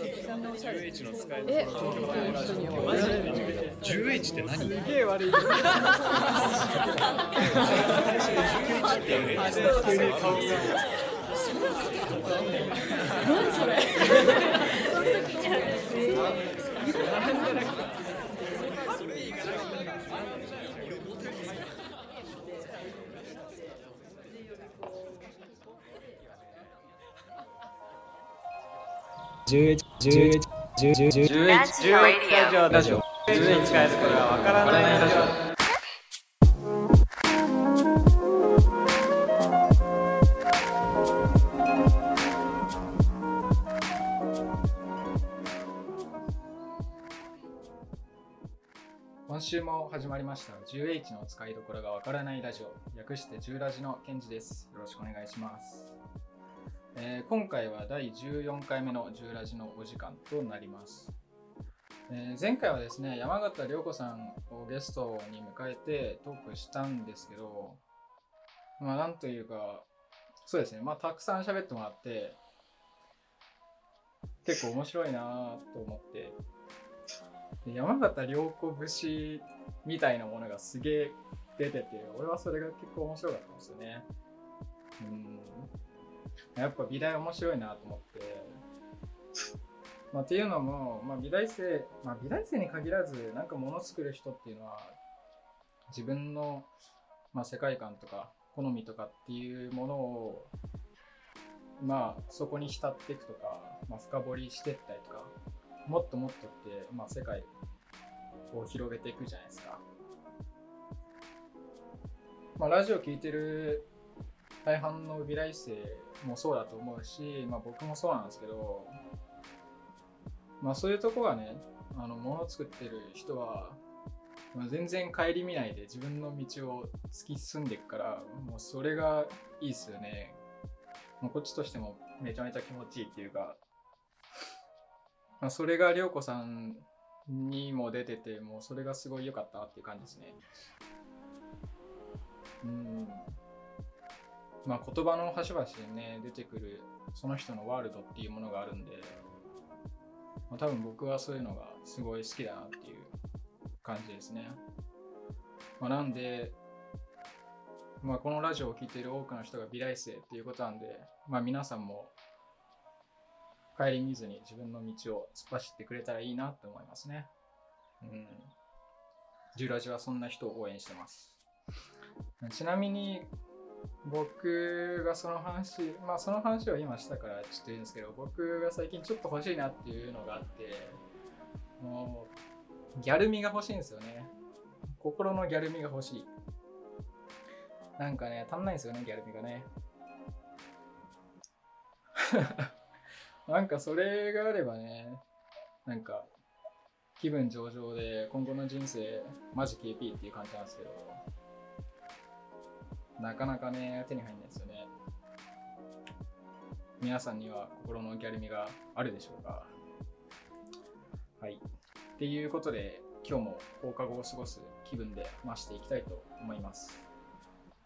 え、 10H って何すげ え悪い。 今週も始まりました 10H の使いどころがわからないラジオ略して10ラジのケンジですよろしくお願いします、えー今回は第14回目の10ラジのお時間となります、えー前回はですね山形涼子さんをゲストに迎えてトークしたんですけどまあなんというかそうですねまあたくさん喋ってもらって結構面白いなぁと思ってで山形良子節みたいなものがすげえ出てて俺はそれが結構面白かったんですよねうんやっぱ美大面白いなと思って、まあ、っていうのも、まあ、美大生、まあ、美大生に限らずなんか物作る人っていうのは自分の、まあ、世界観とか好みとかっていうものをまあそこに浸っていくとか、まあ、深掘りしていったりとかもっともっとって、まあ、世界を広げていくじゃないですか。まあ、ラジオ聞いてる大半の美大生もそうだと思うし、まあ、僕もそうなんですけど、まあ、そういうとこがねあの物を作ってる人は、まあ、全然顧みないで自分の道を突き進んでいくからもうそれがいいっすよね。もうこっちとしてもめちゃめちゃ気持ちいいっていうかまあ、それが涼子さんにも出ててもうそれがすごい良かったっていう感じですねうんまあ言葉の端々でね出てくるその人のワールドっていうものがあるんで、まあ、多分僕はそういうのがすごい好きだなっていう感じですね、まあ、なんでまあこのラジオを聴いている多くの人が美大生っていうことなんで、まあ、皆さんも顧みずに自分の道を突っ走ってくれたらいいなと思いますね。うん。ジュラジはそんな人を応援してます。ちなみに、僕がその話、まあその話を今したからちょっと言うんですけど、僕が最近ちょっと欲しいなっていうのがあって、もう、ギャル味が欲しいんですよね。心のギャル味が欲しい。なんかね、足んないんですよね、ギャル味がね。 なんかそれがあればね、なんか気分上々で今後の人生マジ KP っていう感じなんですけど、なかなかね、手に入んないですよね。皆さんには心のギャルみがあるでしょうかはい。っていうことで、今日も放課後を過ごす気分で増していきたいと思います。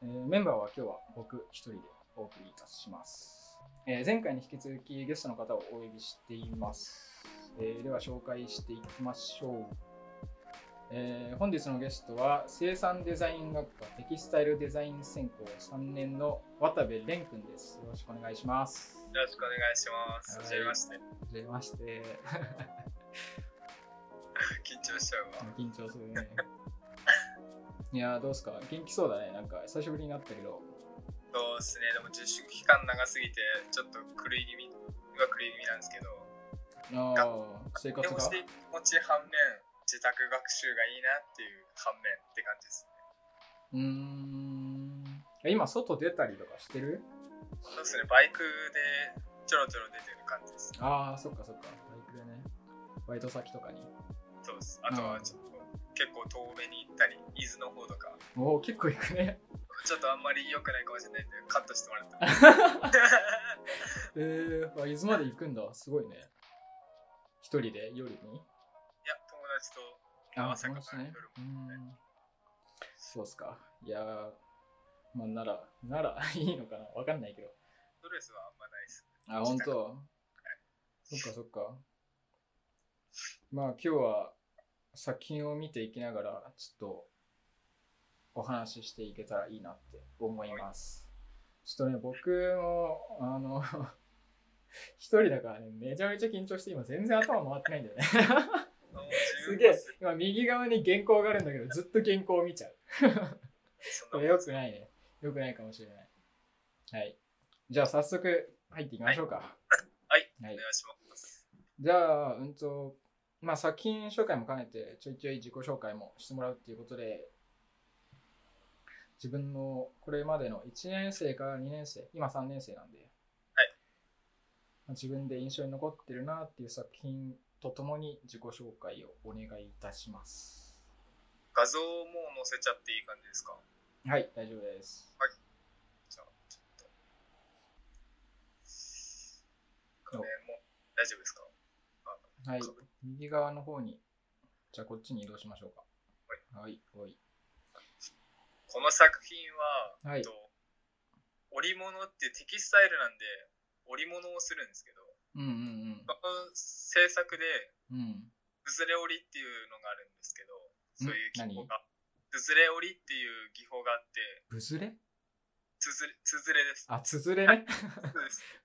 えーメンバーは今日は僕一人でお送りいたします。えー前回に引き続きゲストの方をお呼びしています。えーでは紹介していきましょう。えー本日のゲストは生産デザイン学科テキスタイルデザイン専攻3年の渡部蓮くんです。よろしくお願いします。よろしくお願いします。はいはじめまして。はじめまして。緊張しちゃうわ。緊張するね。 いやーどうすか元気そうだね。なんか久しぶりになったけど。そうですね。でも自粛期間長すぎて、ちょっと狂い気味、今狂い気味なんですけど、ああ、生気活持がちいい気持ちいい反面、自宅学習がいいなっていう反面って感じですね。うーん。え今、外出たりとかしてるそうですね。バイクでちょろちょろ出てる感じです。ああ、そっかそっか。バイクでね。バイト先とかに。そうです。あとはちょっと、結構遠めに行ったり、伊豆の方とか、おお、結構行くね。 ちょっとあんまり良くないかもしれないんで、カットしてもらっても。えー、あ伊豆まで行くんだ。すごいね。一人で夜にいや、友達と、朝からそうですね夜も。うーん。そうっすか。いやー、まあ、なら、ならいいのかなわかんないけど。ストレスはあんまないです。あ、本当。そっかそっか。まあ今日は作品を見ていきながらちょっとお話ししていけたらいいなって思います。ちょっとね、僕もあの 一人だからね、めちゃめちゃ緊張して今全然頭回ってないんだよ ね。すげえ、今右側に原稿があるんだけどずっと原稿を見ちゃう。これ良くないね。良くないかもしれない。はい。じゃあ早速入っていきましょうか。はい。はおい願いします。じゃあ、うんと、まあ、作品紹介も兼ねて、ちょいちょい自己紹介もしてもらうっていうことで、自分のこれまでの1年生から2年生、今3年生なんで、はいまあ自分で印象に残ってるなっていう作品とともに自己紹介をお願いいたします。画像もう載せちゃっていい感じですかはい、大丈夫です。じゃあ、ちょっと。これも大丈夫ですかはい、右側の方に、じゃあこっちに移動しましょうか。はい、はい、この作品は、はいと、織物ってテキスタイルなんで、織物をするんですけど、うんうんその制作で、うん。うん。崩れ織りっていうのがあるんですけど、そういう技法んが。崩れ織りっていう技法があって、ぶずれつづれ、つづれです。あ、つづれね。そ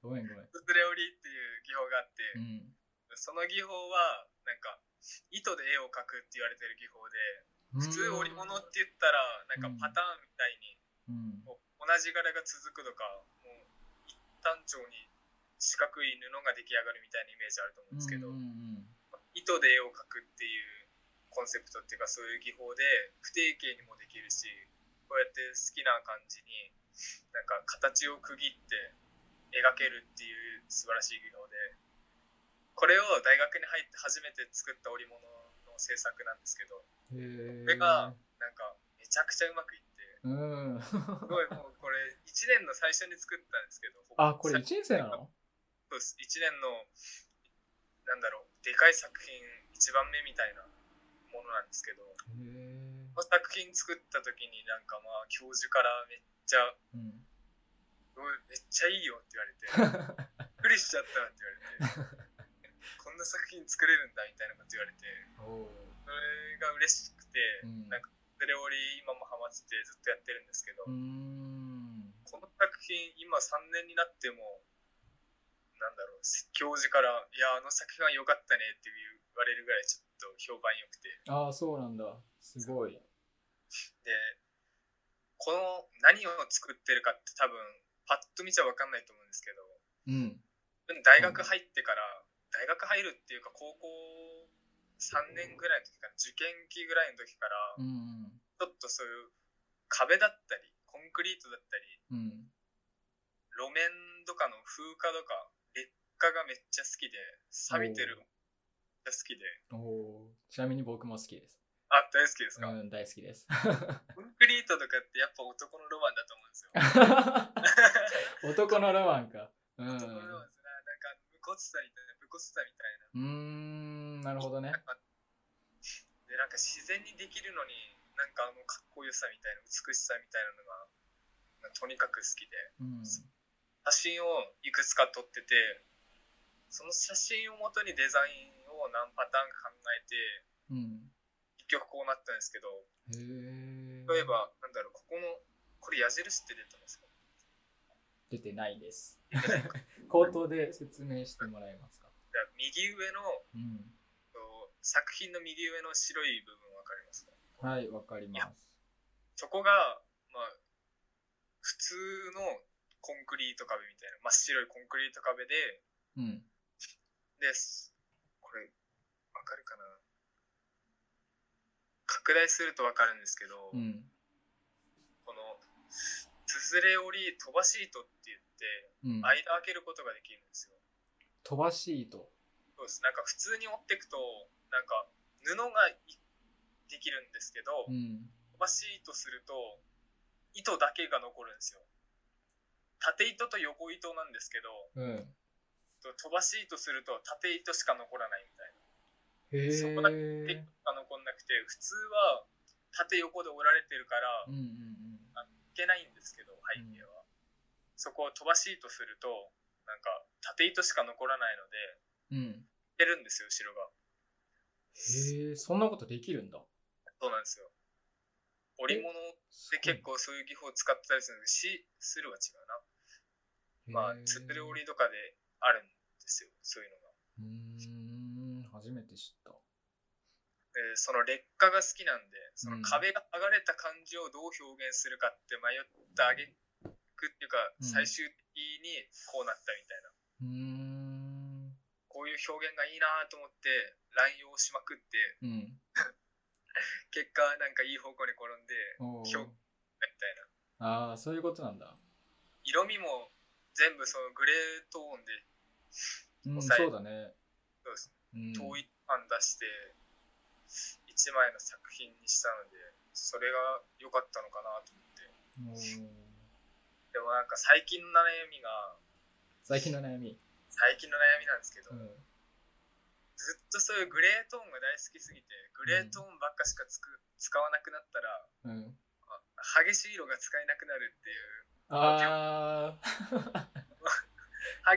う ごめですんごめん。つづれ織りっていう技法があって、うん。その技法は、なんか、糸で絵を描くって言われてる技法で、普通織物って言ったら、なんかパターンみたいに、うん。こう同じ柄が続くとか、もう一単調に四角い布が出来上がるみたいなイメージあると思うんですけど、うんうん糸で絵を描くっていうコンセプトっていうかそういう技法で不定形にもできるしこうやって好きな感じになんか形を区切って描けるっていう素晴らしい技法でこれを大学に入って初めて作った織物の制作なんですけどうん、へーこれがなんかめちゃくちゃうまくいってうん。すごいもうこれ1年の最初に作ったんですけど あ、これ1さ年生なのそうです1年のなんだろうでかい作品1番目みたいなものなんですけどこへえ。の作品作った時になんかまあ教授からめっちゃうん。 「おいめっちゃいいよ」って言われて「 びっくりしちゃった」って言われて「こんな作品作れるんだ」みたいなこと言われておうそれが嬉しくてうんなんかテレオリ今もハマっててずっとやってるんですけどうーん。この作品今3年になってもなんだろう教授から「いやあの作品は良かったね」って言われるぐらいちょっと評判良くてああ、そうなんだ。すごい。でこの何を作ってるかって多分パッと見ちゃ分かんないと思うんですけどうん。大学入ってから大学入るっていうか高校3年ぐらいの時から受験期ぐらいの時からうんうん。ちょっとそういう壁だったりコンクリートだったりうん。路面とかの風化とか劣化がめっちゃ好きで錆びてるのが好きでおおう。ちなみに僕も好きです。あ大好きですうか、ん、大好き です。コンクリートとかってやっぱ男のロマンだと思うんですよ男のロマンか。うん。 男のロマンですななんか無骨さみたいな無骨さみたいなうーん、なるほどねな。んかでなんか自然にできるのになんかあのかっこよさみたいな美しさみたいなのがとにかく好きでうん。写真をいくつか撮っててその写真をもとにデザインを何パターンか考えてうん。結局こうなったんですけどへえ。例え。ばなんだろうここのこれ矢印って出てますか出てないです。 口頭で説明してもらえますかじゃあ右上のうん。と作品の右上の白い部分わかりますかはい、わかります。そこが、まあ、普通のコンクリート壁みたいな真っ白いコンクリート壁でうん。ですこれわかるかな拡大するとわかるんですけど、うん。このつづれ折り飛ばし糸って言っうてん。間開けることができるんですよ飛ばし糸。そうです。なんか普通に折っていくと、なんか布がいできるんですけど、うん。飛ばし糸すると、糸だけが残るんですよ。縦糸と横糸なんですけど、うん。と飛ばし糸すると縦糸しか残らないみたいへえ。そこだうな。結果が残んなくて、普通は縦横で折られてるから、んうんうん。いけないんですけど、背景は。そこを飛ばし糸すると、なんか縦糸しか残らないので、うん。てるんですよ、後ろが。へえ、そんなことできるんだ。そうなんですよ。織物って結構そういう技法使ってたりするんですけど、し、するは違うな。へー、まあ、つる織りとかであるんですよ、そういうのうーん、が。初めて知った。でその劣化が好きなんで、そうんの壁が剥がれた感じをどう表現するかって迷ったあげくっていうか、うん最終的にこうなったみたいな。うーん。こういう表現がいいなと思って乱用しまくってうん。結果なんかいい方向に転んでおひょーみたいなああ、そういうことなんだ。色味も全部そのグレートーンでうん、抑えそうだね。そうですうん、統一感出して一枚の作品にしたのでそれが良かったのかなと思っておーでもなんか最近の悩みが最近の悩み。最近の悩みなんですけど、うん。ずっとそういうグレートーンが大好きすぎてグレートーンばっかしかつく使わなくなったらうん、あ激しい色が使えなくなるっていうああ、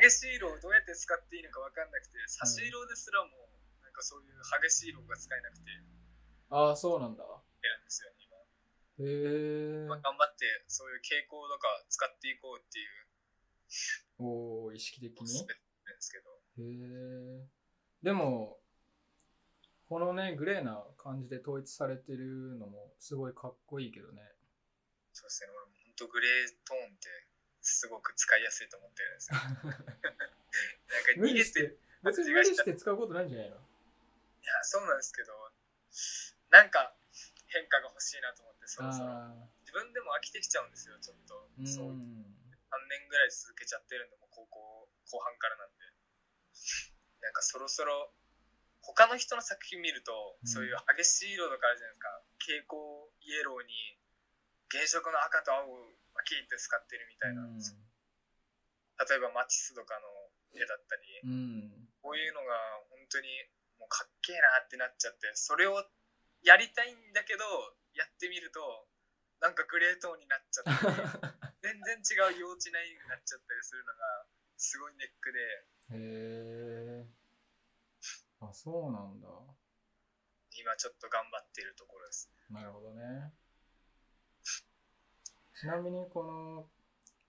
激しい色をどうやって使っていいのか分かんなくて差し色ですらもなんかそういう激しい色が使えなくて選んああ、そうなんだ。ですよね今、へえ。まあ、頑張ってそういう傾向とか使っていこうっていうおお、意識的おにすす。めなんですけどへえ。でも、このね、グレーな感じで統一されてるのもすごいかっこいいけどね。そうですね俺も本当グレートーンってすごく使いやすいと思ってるんで すよなんか無逃理げしてて、別に無理して使うことないんじゃないのいやそうなんですけどなんか変化が欲しいなと思ってそろそろああ、自分でも飽きてきちゃうんですよちょっとうん。そう3年ぐらい続けちゃってるんでもう高校後半からなんで なんかそろそろ他の人の作品見ると、うんそういう激しい色とかあるじゃないですか蛍光イエローに原色の赤と青をキーって使ってるみたいな、うん例えばマティスとかの絵だったりうん。こういうのが本当にもうかっけえなってなっちゃってそれをやりたいんだけどやってみるとなんかグレートーンになっちゃって 全然違う幼稚な絵になっちゃったりするのがすごいネックでへえ。あ、そうなんだ。今ちょっと頑張っているところですなるほどね。ちなみに、この、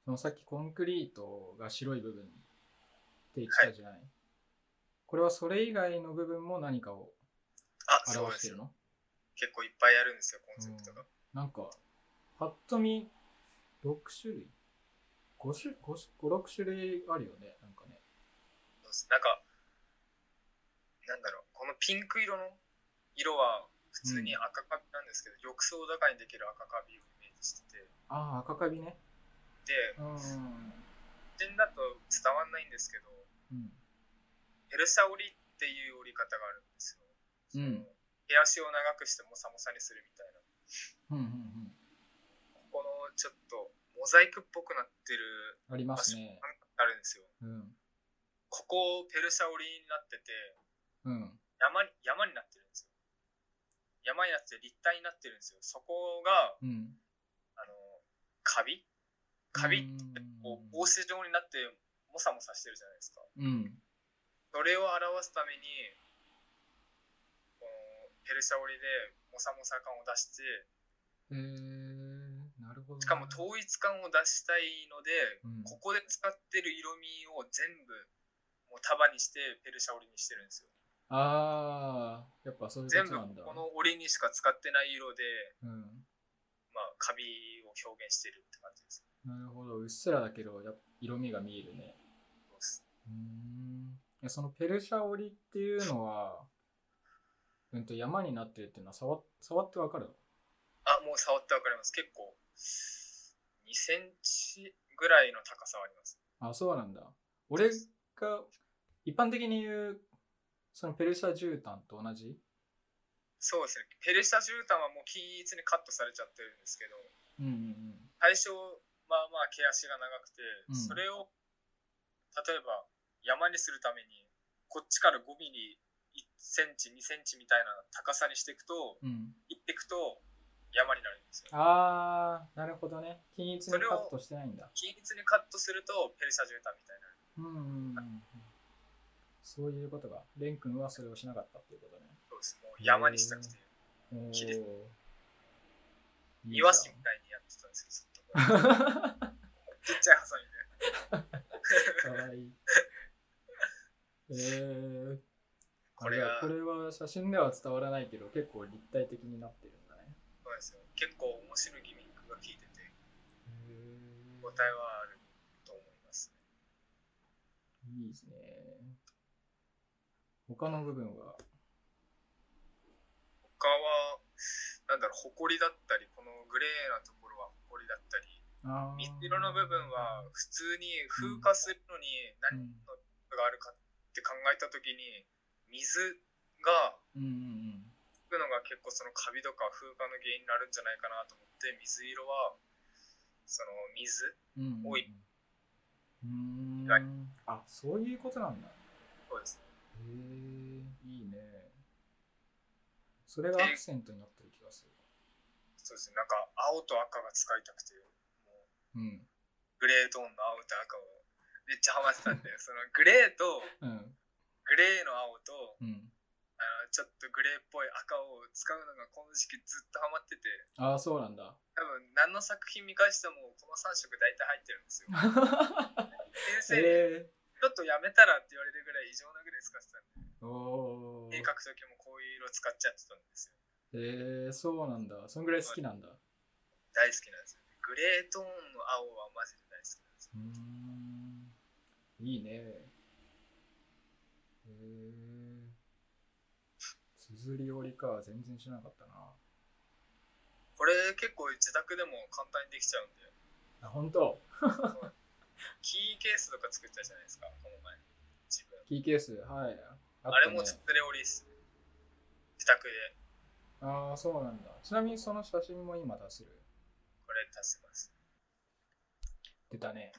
そのさっきコンクリートが白い部分って言ってたじゃない。これはそれ以外の部分も何かをあそう表でしてするの結構いっぱいあるんですよコンセプトが、なんか、ぱっと見、6種類 ?5 種、5、6種類あるよね。なんかね。なんかなんだろうこのピンク色の色は普通に赤カビなんですけど、浴槽高にできる赤カビをイメージしててああ、赤カビね。でうん。点だと伝わんないんですけどうん。ペルシャ織りっていう織り方があるんですよ、うん毛足を長くしてモサモサにするみたいうなん。うん。うん。ここのちょっとモザイクっぽくなってるありま場す所ね。あるんですよ。うん。ここペルシャ織りになっててうん。山に山になってるんですよ。山になってて立体になってるんですよ。そこがうん。あのカビカっビてこう帽子状になってモサモサしてるじゃないですか。うん。それを表すためにこのペルシャ織りでモサモサ感を出してへえー、なるほどね。しかも統一感を出したいので、うんここで使ってる色味を全部もう束にしてペルシャ織りにしてるんですよああ、やっぱそういう全こと部なんだ。この織りにしか使ってない色で、うん。まあ、カビを表現してるって感じですなるほど。うっすらだけど、やっぱ色味が見えるね。そううーん。えそのペルシャ織りっていうのは、うんと山になってるっていうのは触っ触ってわかるあもう触ってわかります結構2センチぐらいの高さはありますのあ、そうなんだ。俺が一般的に言う、そのペルシャ絨毯と同じそうですねペルシャ絨毯はもう均一にカットされちゃってるんですけどうんうん最初まあまあ毛足が長くて、うんそれを例えば山にするためにこっちから5ミリ1センチ2センチみたいな高さにしていくとうん。うん。行っていくと山になるんですよああ、なるほどね。均一にそれをカットしてないんだ。均一にカットするとペルシャ絨毯みたいになうんうるんうんうんそういうことが、レン君はそれをしなかったっていうことね。そうです。もう山にしたくて、お綺ーいい麗じゃん庭師みたいにやってたんですよ、ずっと。 ちっちゃいハサミで。かわいい。えー、これがあじゃあこれは写真では伝わらないけど、結構立体的になってるんだね。そうですよ。結構面白いギミックが効いてて、へ応えはあると思いますね。ーいいですね。他の部分は、他は、なんだろう、埃だったり、このグレーなところは埃だったり、あー水色の部分は、普通に風化するのにう何んがあるかって考えた時に、水がうんうんつくのが結構そのカビとか風化の原因になるんじゃないかなと思って、水色は、その水うん。うんうんうん多い。うーんはい。あ、そういうことなんだ。そうです。へえ、いいね。それがアクセントになってる気がする。そうですね。なんか青と赤が使いたくて、もううん。グレートーンの青と赤をめっちゃハマってたんで、そのグレーとうん。グレーの青とうん。あのちょっとグレーっぽい赤を使うのがこの時期ずっとハマってて、ああ、そうなんだ。多分何の作品見返してもこの3色大体入ってるんですよ。先え生、ちょっとやめたらって言われるぐらい異常なぐらい使ってたんで、ー、おー絵描く時もこういう色使っちゃってたんえー、ですよ。そうなんだ。そんぐらい好きなんだ。大好きなんですよ。グレートーンの青はマジで大好きなんですよ。うーん。いいね。へえー。綴り折りか、全然しなかったな。これ結構自宅でも簡単にできちゃうんで、あ、本当キーケースとか作ったじゃないですか、この前。自分。キーケース、はい。ああったねれも作れおりっす。自宅でああ、そうなんだ。ちなみにその写真も今出せる。これ足せます。出たね。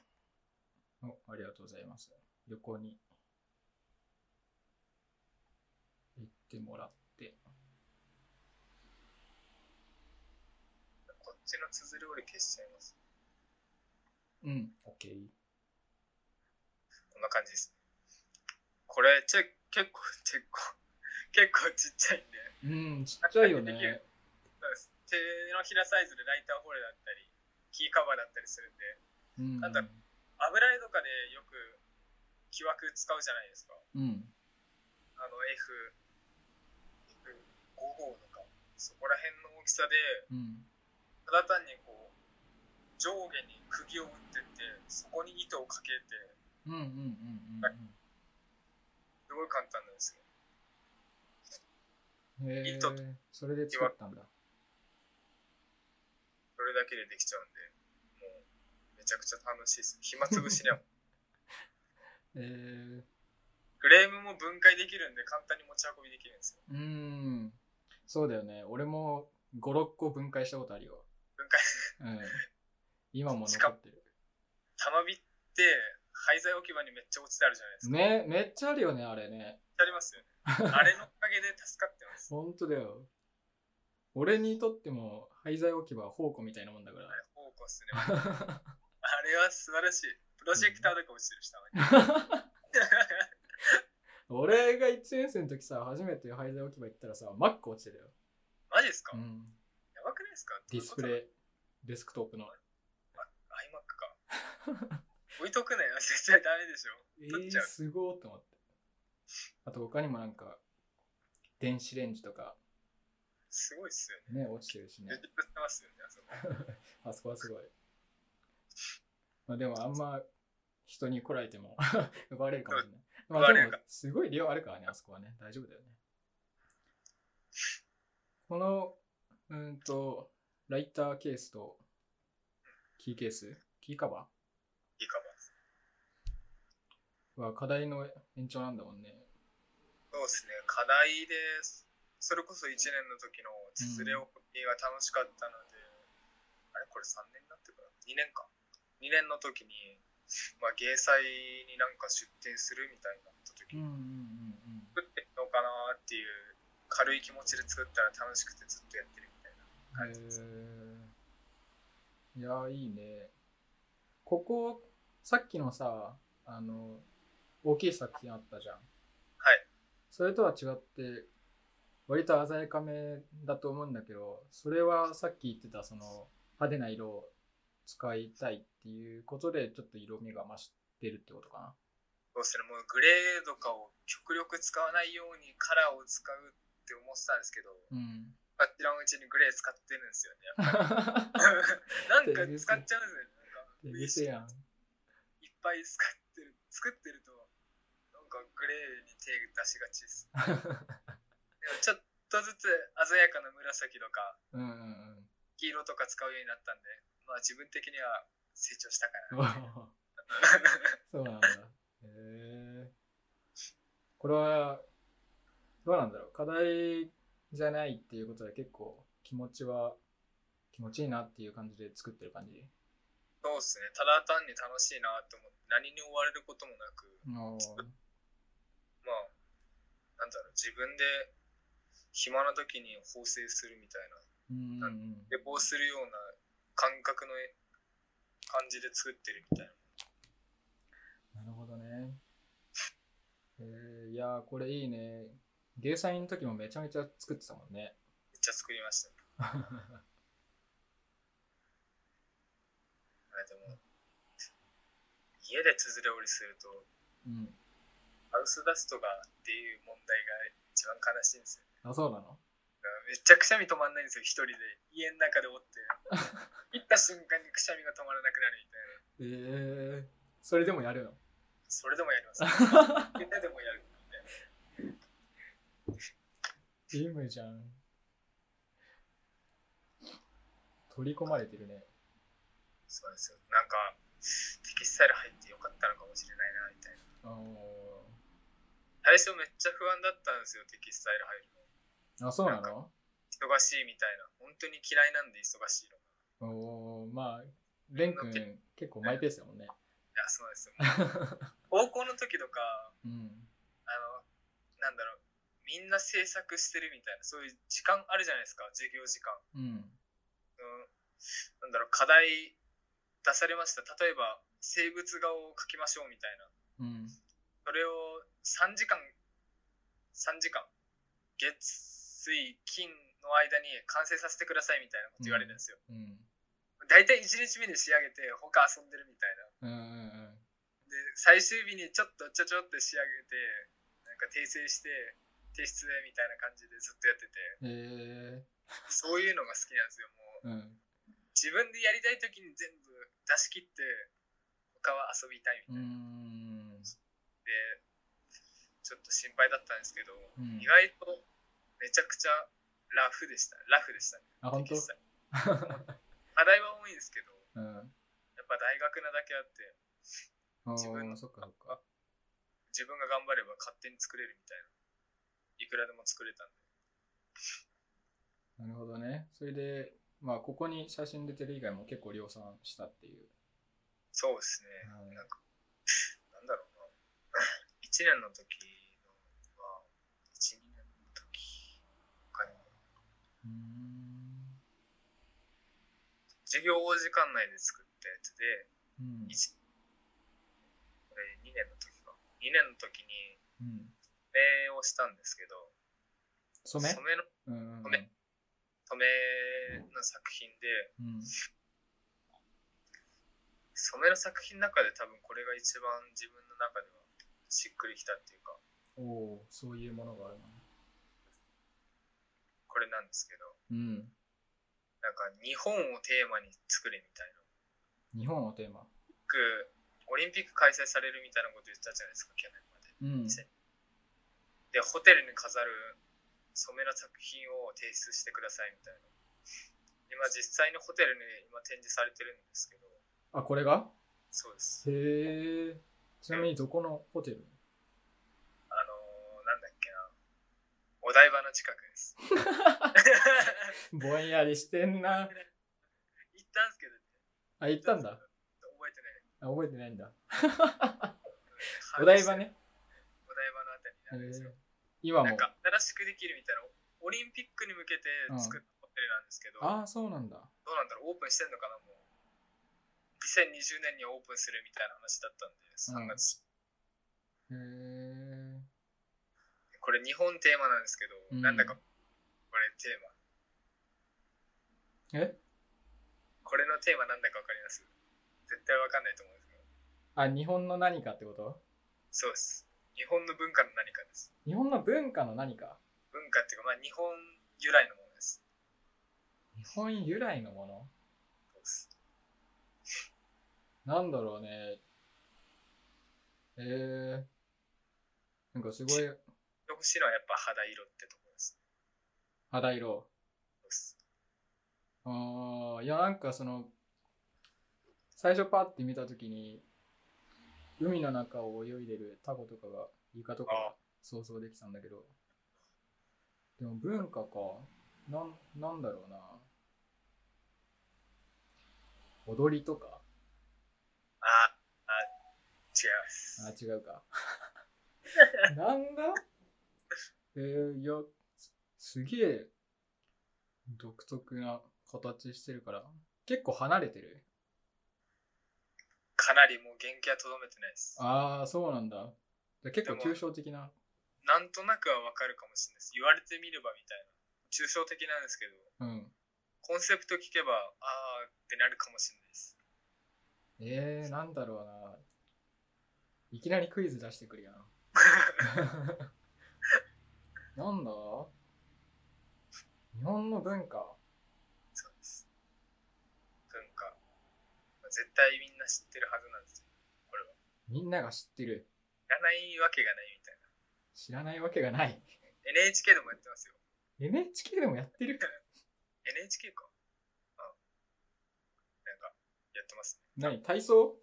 お、ありがとうございます。横に行ってもらって。こっちの綴り折り消しちゃいます。うん、OK。こんな感じです。これ、チェ結構、結構、 結構ちっちゃいんで、うん、ちっちゃいよね。そうです手のひらサイズでライターホールだったり、キーカバーだったりするんで、うん。なんだ油絵とかでよく木枠使うじゃないですか。うん。あの F、F55 とか、そこら辺の大きさで、うん。ただ単にこう、上下に釘を打ってって、そこに糸をかけて、うんうんうんすごい簡単なんですよ。うんうん。へえ糸とそれで作ったんだ。それだけでできちゃうんで、もう、めちゃくちゃ楽しいです。暇つぶしに は。えー、フレームも分解できるんで、簡単に持ち運びできるんですよ。うん。そうだよね。俺も5、6個分解したことあるよ。分解、うん。今も残ってる。玉火って、廃材置き場にめっちゃ落ちてあるじゃないですか。ね、めっちゃあるよね、あれね。ありますよね。あれのおかげで助かって ます。本当だよ。俺にとっても廃材置き場は宝庫みたいなもんだかあれ、方向っすね。あれは素晴らしい。プロジェクターとか落ちてる下に。 ら。俺が1年生の時さ、初めて廃材置き場行ったらさ、マック落ちてたよ。マジですか、うん。やばくないですかディスプイ。レイ、デスクトップの。 iMac か。置いとくなよ。 絶対ダメでしょ。え取ーっちゃ、うすごーって思って。あと他にもなんか、電子レンジとかすごいっすよね。ね、落ちてるしね充。実してますよね、あそこ。あそこはすごい。まあでもあんま人に来られても 奪われるかもしれない。ま奪あわでれもるかすごい量あるからね、あそこはね。大丈夫だよね。この、うーんと、ライターケースとキーケース、キーカバいいかも。ーは課題の延長なんだもんね。そうですね。課題です。それこそ1年の時の綴りをが楽しかったので、あれこれ3年になってから ?2 年か。2年の時に、まあ、芸祭になんか出展するみたいになった時うんうに、んうん作ってみようかなっていう軽い気持ちで作ったら楽しくてずっとやってるみたいへな感じです。えいやーいいね。ここ、さっきのさ、あの、大きい作品あったじゃん。それとは違って割と鮮やかめだと思うんだけどそれはさっき言ってたその派手な色を使いたいっていうことでちょっと色味が増してるってことかなそうですね、もうグレーとかを極力使わないようにカラーを使うって思ってたんですけど、うんあ知らんうちにグレー使ってるん ですよね。なんか使っちゃうんですよね。手癖やんいっぱい使ってる、作ってると、なんかグレーに手出しがち です。でもちょっとずつ鮮やかな紫とかうんうんうん黄色とか使うようになったんで、まあ自分的には成長したか おな。ーそうなんだ。へえ。これは、どうなんだろう。課題じゃないっていうことで結構気持ちは気持ちいいなっていう感じで作ってる感じ。そうですね、ただ単に楽しいなと思って、何に追われることもなく、おーまあ、なんだろう、自分で暇な時に縫製するみたいな、うんうんうん。予防するような感覚の感じで作ってるみたいな。なるほどね。えー、いやー、これいいね。芸祭の時もめちゃめちゃ作ってたもんね。めっちゃ作りましたね。 あれでも、家で綴れ折りすると、うん。ハウスダストがっていう問題が一番悲しいんですよ。あ、そうなのだからめっちゃくしゃみ止まんないんですよ、一人で。家の中で折って。行った瞬間にくしゃみが止まらなくなるみたいな。えー、それでもやるのそれでもやります。みんなでもやる。ジムじゃん。取り込まれてるね。そうなんですよ。なんか、テキスタイル入ってよかったのかもしれないな、みたいな。あの最初めっちゃ不安だったんですよ、テキスタイル入るの。ーあ、そうななんの忙しいみたいな。本当に嫌いなんで忙しいの。いおーまあ、レン君結構マイペースだもんね。や、そうなんですよ。高校の時とか、うん。あの、なんだろう、みんな制作してるみたいな、そういう時間あるじゃないですか、授業時間。うん。うん、なんだろう、課題出されました。例えば、生物画を描きましょうみたいな。うん。それを3時間、3時間、月、水、金の間に完成させてくださいみたいなこと言われるんですよ。うん。大体1日目で仕上げて、他遊んでるみたいな。うん。うん。で最終日にちょっとちょちょって仕上げてなんか訂正して提出でみたいな感じでずっとやっててうんえそういうのが好きなんですよもうー、うん。自分でやりたい時に全部出し切って他は遊びたいうみたいな、ん。でちょっと心配だったんですけど、うん意外とめちゃくちゃラフでしたラフでしたねあ、本当テキスト課題は多いんですけどうん。やっぱ大学なだけあってお自分ーのそっかそっか。自分が頑張れば勝手に作れるみたいないくらでも作れたんでなるほどね。それで、まあ、ここに写真出てる以外も結構量産したっていう。そうですね、うんなんか、なんだろうな、1年 の時のは、1、2年の時かに、うん。授業時間内で作ったやつで、うん。一これ2年の時か、2年の時にうん。染めをしたんですけど、染めのうん。染め染めの作品で、うん。染めの作品の中で多分これが一番自分の中ではしっくりきたっていうか、おおーそういうものがあるな。これなんですけど、うん。なんか日本をテーマに作れみたい日な。本をテーマ。オリンピック開催されるみたいなこと言ってたじゃないですか、去年まうん。で。で、ホテルに飾る染めの作品を提出してくださいみたいな。今、実際のホテルに今展示されてるんですけど、あ、これがそうです。へえ。ちなみにどこのホテルあのー、なんだっけな。お台場の近く です。行っ ぼんやりしてんな。たんですけど、あ、行ったんだ。覚えてない。あ、覚えてないんだ。お台場。ね。お台場のあたりにあへるんですよー。今なんも。か新しくできるみたいな、オリンピックに向けて作ったホテルなんですけど、ああ、そうなんだ。どうなんだろう、オープンしてんのかな、もう。2020年にオープンするみたいな話だったんで、3月。へえ。これ2日本テーマなんですけど、うんなんだかこれテーマえこれのテーマなんだかわかります絶対わかんないと思うんですけどあ、日本の何かってことそうです日本の文化の何かです日本の文化の何か文化っていうかまあ日本由来のものです日本由来のものそうですなんだろうね。えー、なんかすごい欲しいのはやっぱ肌色ってところです肌色。そうですあーいや、なんかその、最初パッて見たときに、海の中を泳いでるタコとかが、イカとかあが想像できたんだけど、でも文化か、なん、なんだろうな。踊りとかああ違いまあ、す違うか。なんだえー、いや、すすげえ独特な形してるから、結構離れてる。かなりもう原型はとどめてないですああ、そうなんだ。じゃあ結構でも抽象的な。なんとなくはわかるかもしれないです言われてみればみたいな抽象的なんですけどうん。コンセプト聞けばあーってなるかもしれないですえー、なんだろうな。いきなりクイズ出してくる やん。なんだ日本の文化。そうです。文化。まあ絶対みんな知ってるはずなんですよ。みんなが知ってる。いらないわけがないみたいな。知らないわけがない。 NHK でもやってますよ。 NHK でもやってる NHK か。あなんか、やってますね。何体操違う。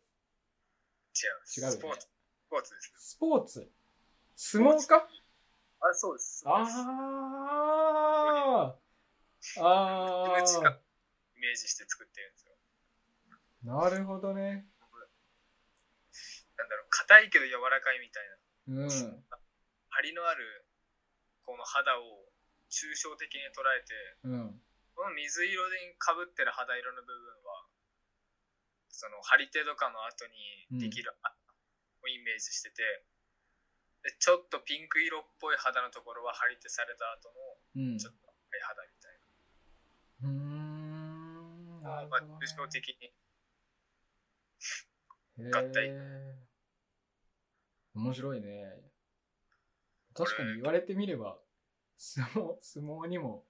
違うよねスポーツ。スポーツです。スポーツ相撲かあ、そうです。そうですあああ特別あなイメージして作ってるんですよ。なるほどね。なんだろう、硬いけど柔らかいみたいな。うん。張りのある、この肌を抽象的に捉えて、うん。この水色にかぶってる肌色の部分はその張り手とかの後にできるあをイメージしてて、でちょっとピンク色っぽい肌のところは張り手された後のうん。ちょっと赤い肌みたいうーん。なな、るまあ、ほどね抽象的に合体へえ。面白いね。確かに言われてみれば、相撲、相撲にも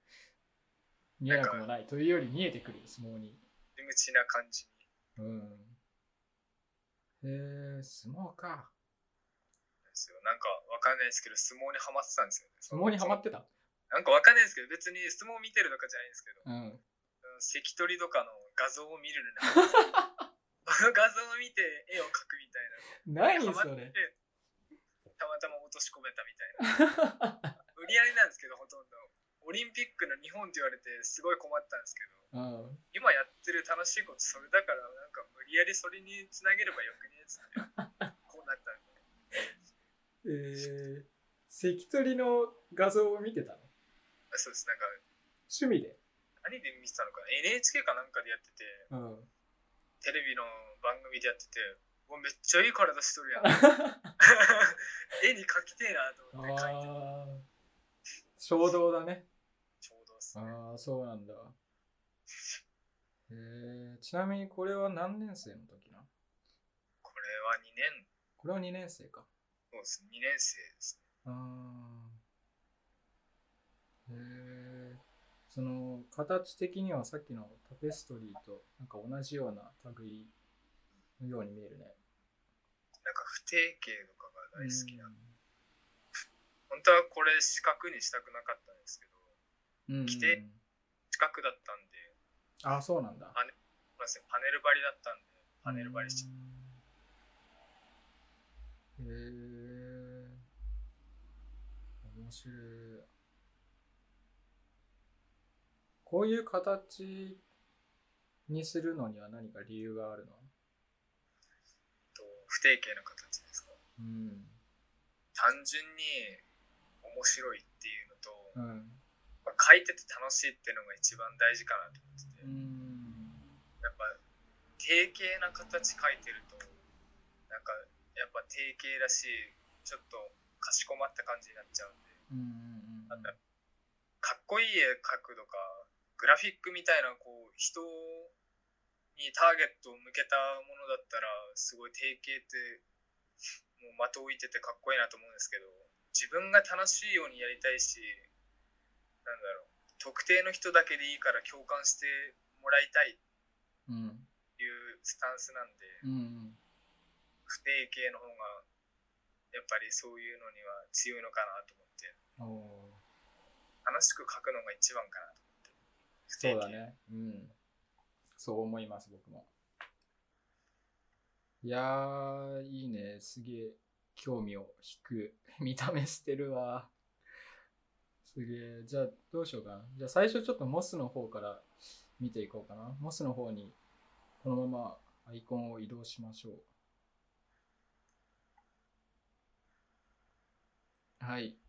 見えなくもない。というより見えてくる、相撲に。無口な感じにうん。へえ、相撲か。ですよなんかわかんないですけど相撲にはまってたんですよね相撲にハマっててた。なんかわかんないですけど別に相撲見てるとかじゃないんですけどうん。うん関取とかの画像を見るの にこの画像を見て絵を描くみたいな何ハマそっれて。たまたま落とし込めたみたいな無理やりなんですけどほとんどオリンピックの日本って言われてすごい困ったんですけどうん。今やってる楽しいことそれだからなんか無理やりそれにつなげればよくねえっつってこうなったんでえー、関取の画像を見てたのあそうですなんか趣味で。何で見てたのかな NHK かなんかでやっててうん。テレビの番組でやっててうわめっちゃいい体しとる やん絵に描きてえなと思って描いてああ。衝動だね。ちょうどっすねああ、そうなんだ。えー、ちなみにこれは何年生の時なこれは2年これは2年生か。そうです2年生ですああ。えー、その、形的にはさっきのタペストリーとなんか同じような類のように見えるね。なんか不定形とかが大好きな、本当はこれ四角にしたくなかったんですけどうん。うん規定四角だったんでああ、そうなんだ。まずパネル張りだったんでパネル張りしちゃうへえ面白いこういう形にするのには何か理由があるのと不定形の形ですかうん単純に面白いっていうのと、うんまあ書いてて楽しいっていうのが一番大事かなと思ってうて、んやっぱ定型な形書いてるとなんかやっぱ定型らしいちょっとかしこまった感じになっちゃうんうんうんうんでうんかっこいい絵描くとかグラフィックみたいなこう人にターゲットを向けたものだったらすごい定型ってもう的を置いててかっこいいなと思うんですけど自分が楽しいようにやりたいしなんだろう特定の人だけでいいから共感してもらいたいってうんいうスタンスなんでうんうん不定形の方がやっぱりそういうのには強いのかなと思ってうんおー楽しく書くのが一番かなそうだと思って不定ね。うん。そう思います、僕も。いやー、いいね。すげえ、興味を引く。 見た目してるわ。すげえ。じゃあ、どうしようかな。じゃあ、最初ちょっとモスの方から見ていこうかな。モスの方に、このままアイコンを移動しましょう。はい。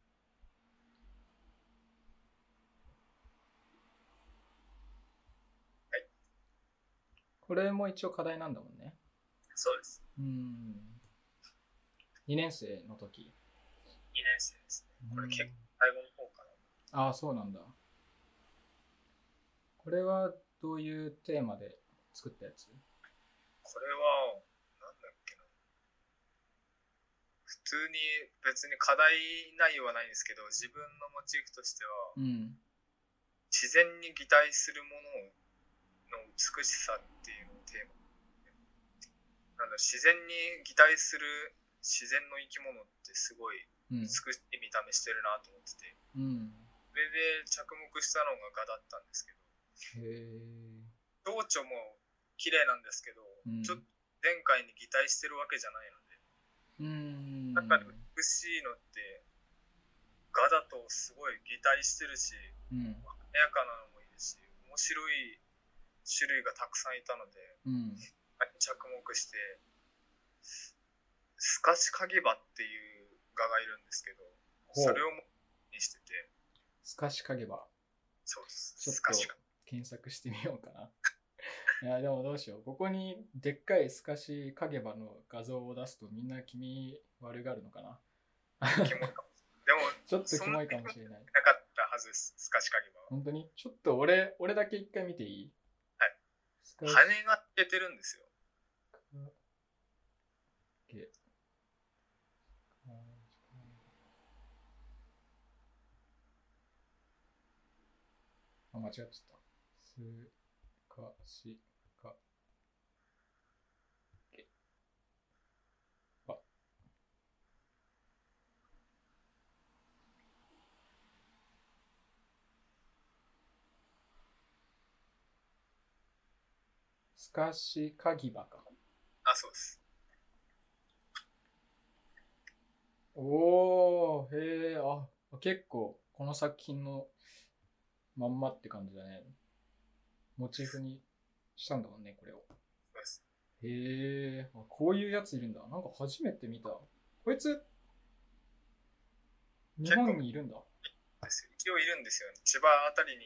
これも一応課題なんだもんね。形そうですうん。2年生の時。 2年生ですねこれ結構最後の方かなああ、そうなんだ。これはどういうテーマで作ったやつこれは、なんだっけな。普通に別に課題内容はないんですけど、自分のモチーフとしては、うん。自然に擬態するものの美しさっていうのをテーマ。なんだろう自然に擬態する自然の生き物ってすごいうん美。しい見た目してるなと思ってて、うん。それで着目したのが画だったんですけど、へえ。情緒も綺麗なんですけど、うんちょっと前回に擬態してるわけじゃないので、うん。中で美しいのって画だとすごい擬態してるしうん。華やかなのもいるし面白い種類がたくさんいたのでうん。着目してスカシカギバっていう画がいるんですけどほうそれをもにしてて透かしかげば、そうですちょっスカシカと検索してみようか な。いや、でもどうしよう。ここにでっかい透かしかげばの画像を出すとみんな気味悪がるのかな。ギキモいかもでもちょっとキモいかもしれない。なかったはずですスカシカギバは本当にちょっと俺、俺だけ一回見ていいはいスカイ羽が出てるんですよあ、間違っちゃった。すかしか。けあ。すかしかぎばか。あそうですおー、へえ、あ、結構、この作品のまんまって感じだね。モチーフにしたんだもんね、これを。そうですへえ、あこういうやついるんだ。なんか初めて見た。こいつ、日本にいるんだ。ですよ一応いるんですよ千葉あたりに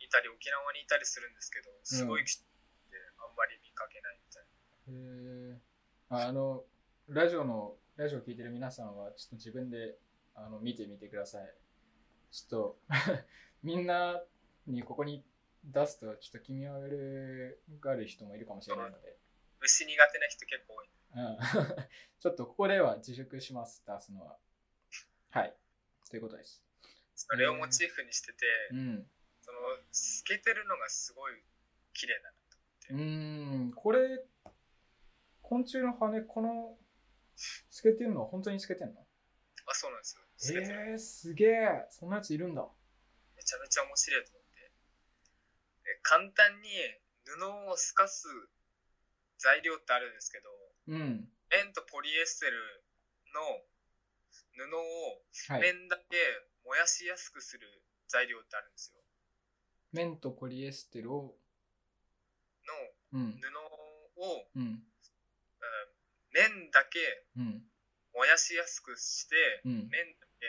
いたり沖縄にいたりするんですけどすごい貴重であんまり見かけないみたへえ。いああの、ラジオの、ラジオ聞いてる皆さんは、ちょっと自分で、あの、見てみてください。ちょっと、 みんなにここに出すと、ちょっと気味悪がる人もいるかもしれないので、な虫苦手な人結構多いうん。 ちょっとここでは自粛します、出すのは。はい。ということです。それをモチーフにしてて、うん。その透けてるのがすごい綺麗だなうーん、これ、昆虫の羽、この、透けてるのは本当に透けてんのあそうなんですよ透けてる、えー、すげえそんなやついるんだ。めちゃめちゃ面白いと思ってで簡単に布を透かす材料ってあるんですけどうん。綿とポリエステルの布をはい。綿だけ燃やしやすくする材料ってあるんですよ綿とポリエステルを、のうん、布をうん、面だけうん、燃やしやすくして、うん面だけ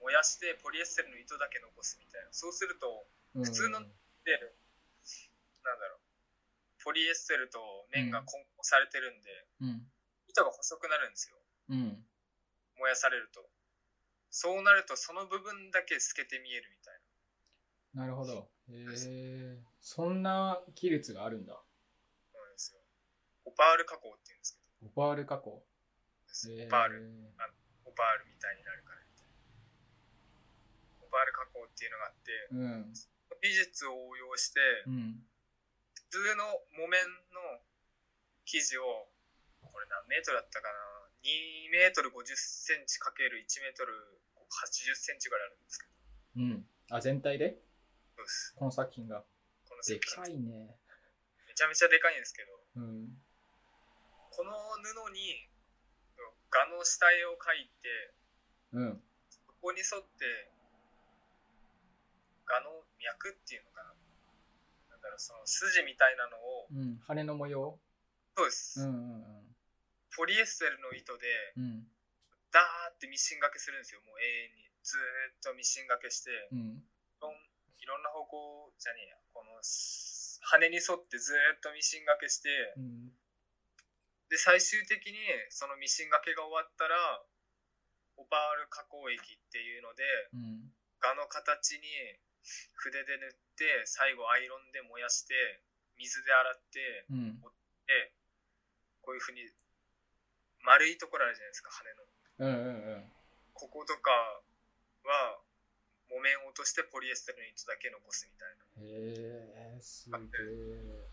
燃やしてポリエステルの糸だけ残すみたいなそうするとうん。普通のでなんだろうポリエステルと面が混合されてるんで、うん、糸が細くなるんですようん。燃やされるとそうなるとその部分だけ透けて見えるみたいな。なるほど。へえそんな技術があるんだ。そうなんですよ。オパール加工って言うんですけオどパール加工。オパール、オパールみたいになるからみたいな。オパール加工っていうのがあっへて、ーうん。技術を応用して、うん。普通の木綿の生地を、これ何メートルだったかな ?2 メートル50センチかける1メートル80センチぐらいあるんですけうど、ん。あ、全体でそうですこの作品が。こので製か品、めいね。ちゃめちゃでかいんですけうど、ん。この布に、蛾の下絵を描いて、うん。ここに沿って、蛾の脈っていうのかな。なんだろう、その筋みたいなのを、うん。羽の模様。そううでんす。うんポリエステルの糸で、うん。うん。ダーってミシン掛けするんですよ、もう永遠に。ずーっとミシン掛けして、ういん。ろんいろんな方向じゃねえや、このす羽に沿ってずーっとミシン掛けして、うん。で、最終的にそのミシン掛けが終わったら、オパール加工液っていうので、うん。蛾の形に筆で塗って最後アイロンで燃やして水で洗ってうん。でこういうふうに丸いところあるじゃないですか羽のうんうんこことかは木綿を落としてポリエステルの糸だけ残すみたいなうん。へえ、すげえ。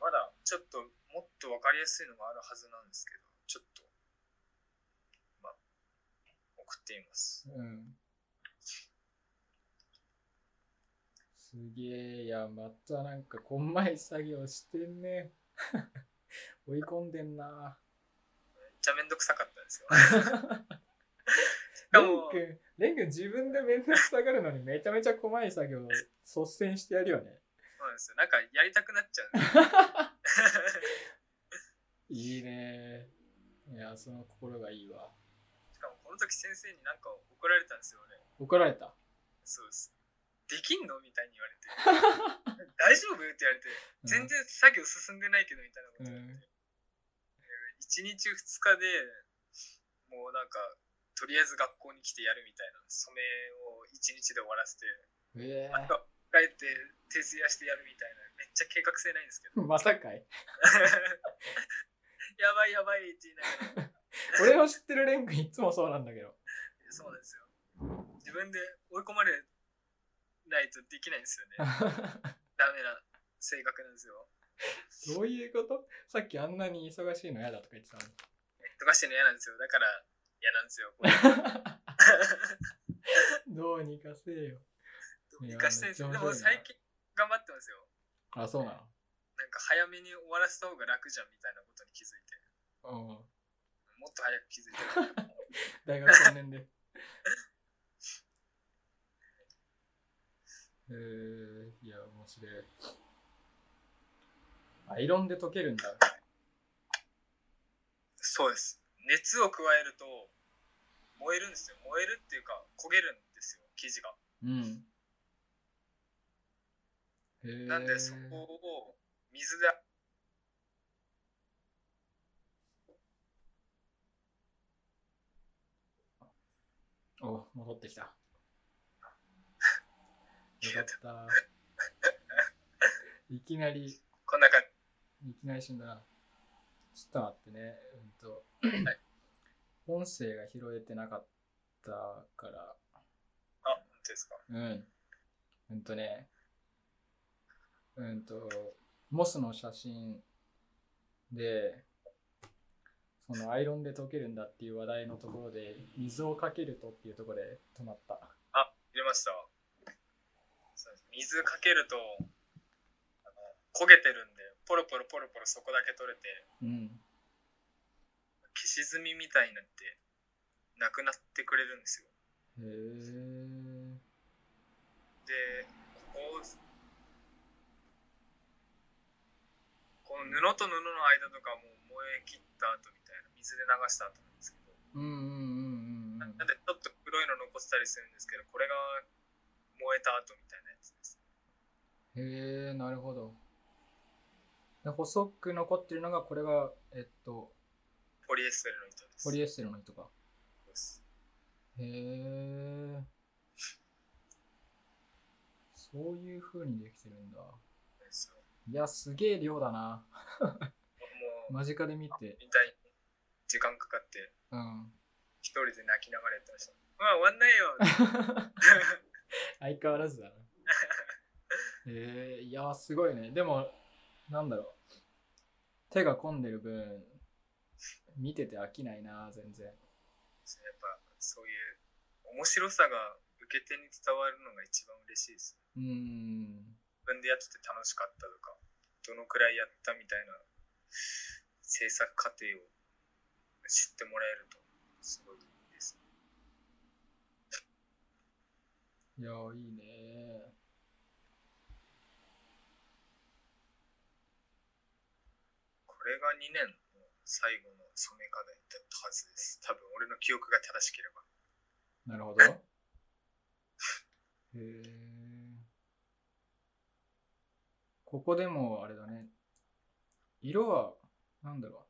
まだちょっともっと分かりやすいのがあるはずなんですけどちょっとまあ送ってみますうん。すげえ、いや、またなんか、こんまい作業してんね。 追い込んでんな。めっちゃめんどくさかったんですよレンかも君、レン君自分でめんどくさがるのにめちゃめちゃ細い作業を率先してやるよね。そうなんですよなんかやりたくなっちゃうんですよいいね。いや、その心がいいわ。しかもこの時先生になんか怒られたんですよね。怒られた。そうです。できんのみたいに言われて。 大丈夫って言われて。うん全然作業進んでないけどみたいなこと言われて。1日2日でもうなんかとりあえず学校に来てやるみたいな染めを1日で終わらせて、えあとは帰って徹夜してやるみたいなめっちゃ計画性ないんですけどえ まさかい。やばいやばいって言いながら俺を知ってるレン君いつもそうなんだけど。 そうなんですよ。自分で追い込まれないとできないんですよね。ダメな性格なんですよ。どういうことさっきあんなに忙しいの嫌だとか言ってたのに。とかしてるの嫌なんですよ。だから嫌なん ですよ。これどうにかせえよ。どうにかしたいんですよ。いでやもめっちゃ面白いな最近頑張ってますよ。あ、そうななんか早めに終わらせた方が楽じゃんみたいなことに気づいて。のうん。もっと早く気づいてる。大学3年 で。えー、いや、面白い。アイロンで溶けるんだ。そうです。 熱を加えると燃えるんですよ。燃えるっていうか焦げるんですよ。生地が。うん。へーなんでそこを水でお、戻ってき た。よいかやった。いきなり、いこんな感じ。きなり死んだな。ちょっと待ってね。うんと、はい音声が拾えてなかったから、あ、本当ですか。うん。うんとね、うんと、モスの写真で、そのアイロンで溶けるんだっていう話題のところで、水をかけるとっていうところで止まった。入れましたそうです水かけるとあの焦げてるんでポロポロポロポロそこだけ取れてうん。消し炭みたいになってなくなってくれるんですよへえ。でここをこの布と布の間とかもう燃え切った後みたいな水で流した後なんですけどうんうんうんうんうん。なんでちょっと黒いの残ってたりするんですけどこれが燃えた後みたいなやつですへえ、なるほど。で細く残ってるのが、これが、えっと、ポリエステルの糸ですポリエステルの糸か。ですへえ。そういう風にできてるんだ。ですよ。いや、すげえ量だな。もう、間近で見て。引退、時間かかって、うん。一人で泣きながらやってました。まあ、終わんないよ相変わら ずだな。えー、いや、すごいね。でも、なんだろう。手が込んでる分、見てて飽きないな、全然。そうやっぱ、そういう、面白さが受け手に伝わるのが一番嬉しいです。うーん。自分でやってて楽しかったとか、どのくらいやったみたいな、制作過程を知ってもらえると、すごいです。いや、いいね。これが2年の最後の染め課題だったはずです。多分、俺の記憶が正しければ。なるほど。へえ。ここでもあれだね。色は、なんだろ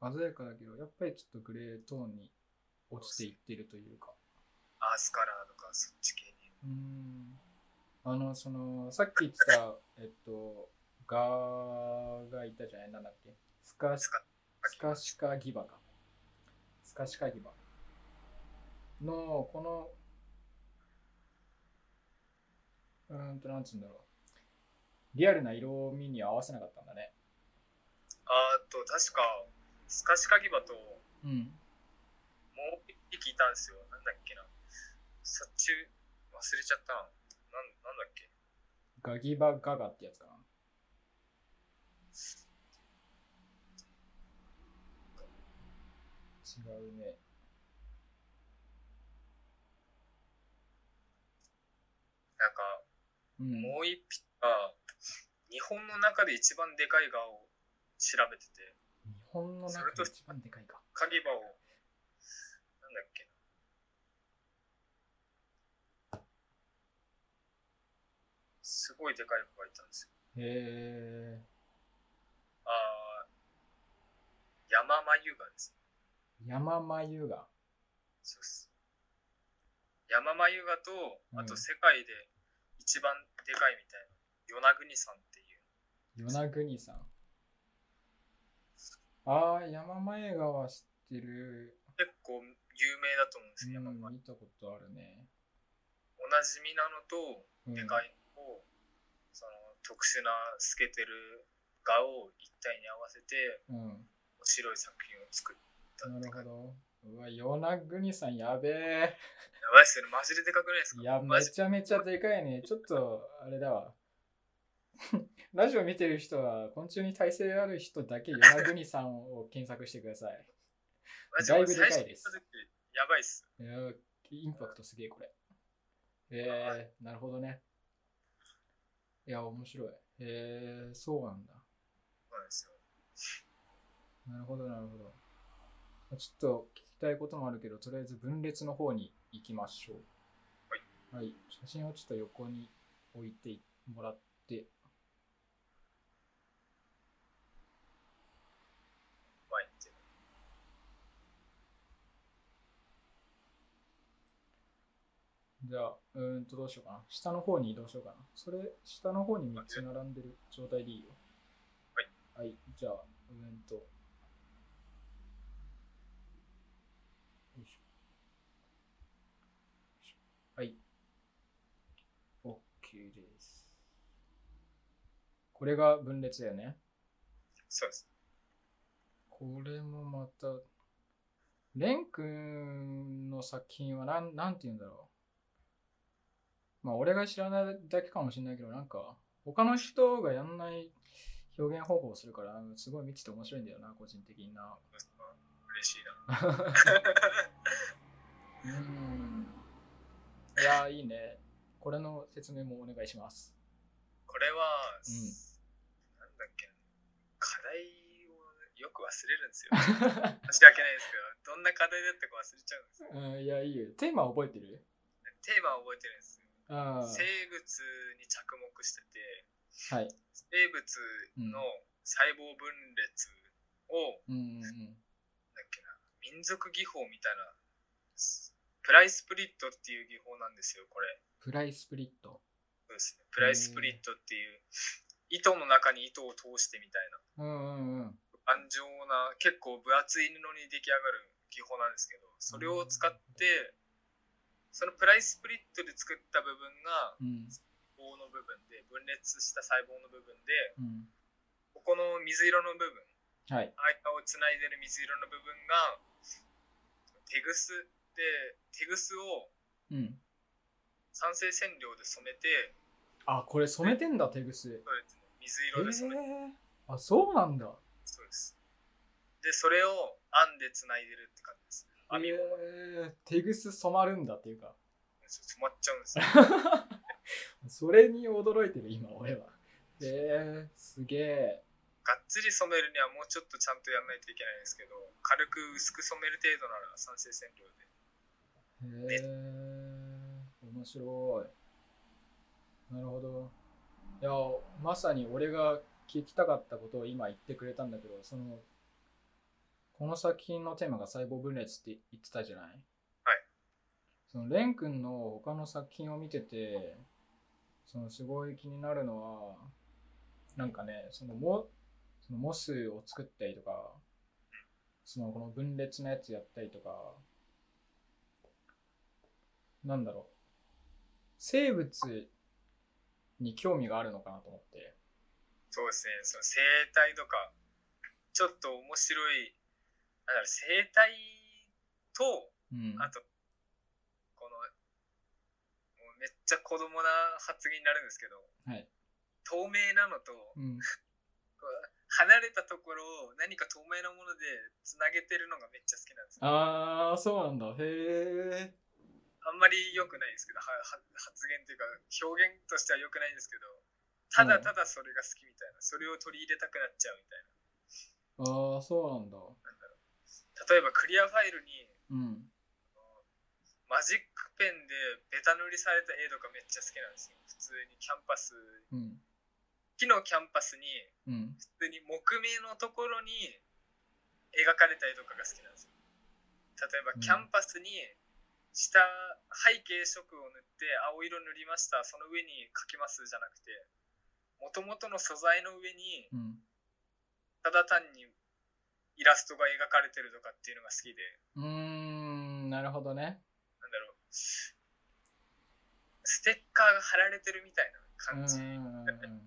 う。鮮やかだけど、やっぱりちょっとグレートーンに落ちていってるというか。アースカラーとか、そっち系に。うーん。あの、その、さっき言ってた、えっと、ガーがいたじゃないなんだっけスカスカスカシカギバか。スカシカギバ。の、この、うーんと、なんつうんだろう。リアルな色味に合わせなかったんだね。あーと、確か、スカシカギバと、もうん。う一匹いたんですよ。なんだっけな。殺虫、忘れちゃったな。なんなんだっけ。ガギバガガってやつかな。違うね。なんか、うん。もう一匹が、日本の中で一番でかい顔を調べてて、日本の中で一番でかいか。カギバを、なんだっけな。すごいでかい子がいたんですよ。へえ。あー、山マユガですね。山間優雅。そうっす。山マユガと、あうとん世界で一番でかいみたいな、与那国さんっていう。与那国さん。ああ、山前川知ってる。結構有名だと思うんですうよ、山ん、マユ見ガ。たことあるね。おなじみなのと、うん、でかいのを、その特殊な透けてる画を一体に合わせてうん。面白い作品を作ったっなてる感じ。ほど。うわ、与那国さんやべえ。やばいっすよね。マジででかくないですかいや、マめジちゃめちゃでかいね。ちょっと、あれだわ。 ラジオ見てる人は、昆虫に耐性ある人だけ与那国さんを検索してください。マジだいぶでかい最初でに行っすた時、やばいっす。いやーインパクトすげえこれ。えー、なるほどね。いや、面白い。えー、そうなんだ。そうなんですよ。なるほど、なるほど。ちょっと聞きたいこともあるけど、とりあえず分裂の方に行きましょう。はい。写真をちょっと横に置いてもらって。前に行って。じゃあ、うーんとどうしようかな。下の方に移動しようかな。それ、下の方に3つ並んでる状態でいいよ。はい。はい、じゃあ、うーんと。よいしょ。よいしょはい。OK です。これが分裂だよね。そうです。これもまた、レン君の作品はなん、なんて言うんだろう。まあ、俺が知らないだけかもしれないけど、なんか、他の人がやんない表現方法をするから、すごい見てて面白いんだよな、個人的にな。嬉しいな。うん。いやー、いいね。これの説明もお願いします。これは、うんなんだっけな、課題をよく忘れるんですよ。申し訳ないですけど、どんな課題だったか忘れちゃううん、んですよ。いや、いいよ。テーマ覚えてるテーマを覚えてるんですよ。あ生物に着目してて、あ、はい。生物の細胞分裂を、うんうんうん。なんだっけな民族技法みたいなプライスプリットっていう技法なんですよこれプライスプリット。そうですね。プライスプリットっていう、糸の中に糸を通してみたいな、うんうんうん。頑丈な、結構分厚い布に出来上がる技法なんですけど、それを使って、そのプライスプリットで作った部分が、うん棒の部分で、分裂した細胞の部分で、うん。ここの水色の部分、はい。間をつないでる水色の部分がテグスでテグスをうん。酸性染料で染めてあ、これ染めてんだ、テグス。そうですね水え色で染めて、あ、そうなんだ。そうですでそれを編んでつないでるって感じです編み物えー、テグス染まるんだっていうか。染まっちゃうんですよそれに驚いてる、今、俺は。えー、すげえ。がっつり染めるにはもうちょっとちゃんとやんないといけないんですけど軽く薄く染める程度なら酸性染料でへえ面白い。なるほど。いや、まさに俺が聞きたかったことを今言ってくれたんだけど、その、この作品のテーマが細胞分裂って言ってたじゃないはい。その、レン君の他の作品を見てて、その、すごい気になるのは、なんかね、その、モそのモスを作ったりとか、その、この分裂のやつやったりとか、なんだろう生物に興味があるのかなと思ってそうですねその生態とかちょっと面白いなんだろう生態とうんあと、この、もうめっちゃ子供な発言になるんですけど、はい透明なのと、うんこう離れたところを何か透明なものでつなげてるのがめっちゃ好きなんですよ。ああそうなんだへえあんまり良くないですけど、はは発言というか、表現としては良くないんですけど、ただただそれが好きみたいな、それを取り入れたくなっちゃうみたいあな。あそうなんだ例えばクリアファイルに、うんマジックペンでベタ塗りされた絵とかめっちゃ好きなんですよ。普通にキャンパス、うん木のキャンパスにうん普通に木目のところに描かれたりとかが好きなんですよ例えばうんキャンパスに下背景色を塗って青色塗りましたその上に描きますじゃなくてもともとの素材の上にうんただ単にイラストが描かれてるとかっていうのが好きでうーんなるほどねなんだろうステッカーが貼られてるみたいうなんう感んじうんうん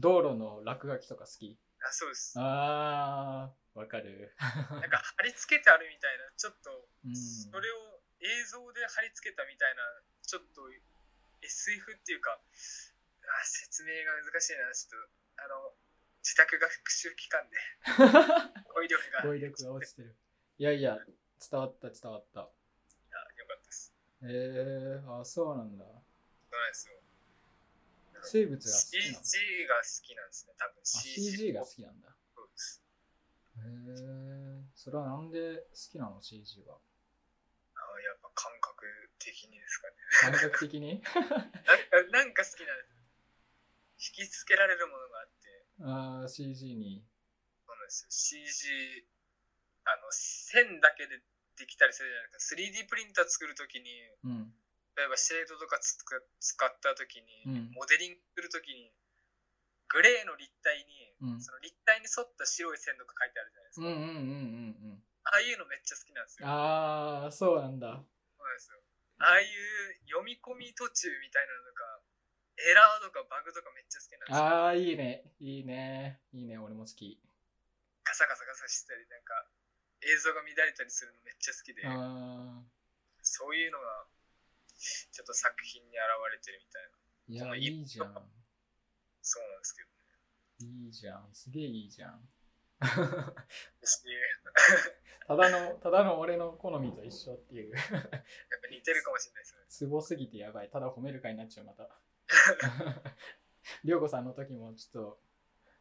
道路の落書きとか好きあそうですああわかるなんか貼り付けてあるみたいなちょっとうんそれを映像で貼り付けたみたいなちょっと SF っていうかあ説明が難しいなちょっとあの自宅が復習 期間で語彙力が語彙力が落ちてるいやいや伝わった伝わったあよかったですええあそうなんだそうなんですよ生物が好きなんだ CG が好きなんですね多分あ CG が好ききなんだ。そうですへえ、それはなんで好きなの ?CG は。あやっぱ感覚的にですかね感覚的に なん かなんか好きなんです引きつけられるものがあってあー ?CG に。そうなんですよ CG あの線だけでできたりするじゃないですか 3D プリンター作るときにうん。例えばシェードとかつく使ったときに、うんモデリングするときにグレーの立体に、うんその立体に沿った白い線とか書いてあるじゃないですうんか、うんうんうんうん。ああいうのめっちゃ好きなんですよああ、そうなんだ。そうなんですよああいう読み込み途中みたいなのとかエラーとかバグとかめっちゃ好きなんですよああ、いいね。いいね。いいね。俺も好き。ガサガサガサしたりなんか映像が乱れたりするのめっちゃ好きで、ああ、そういうのが、ちょっと作品に現れてるみたいな。いそや、のいいじゃん。そうなんですけどね。いいじゃん。すげえいいじゃん。 私ただの、ただの俺の好みと一緒っていう。やっぱ似てるかもしれないですね。ツボすぎてやばい。ただ褒める会になっちゃう、ま た。りょうこさんの時も、ちょっと、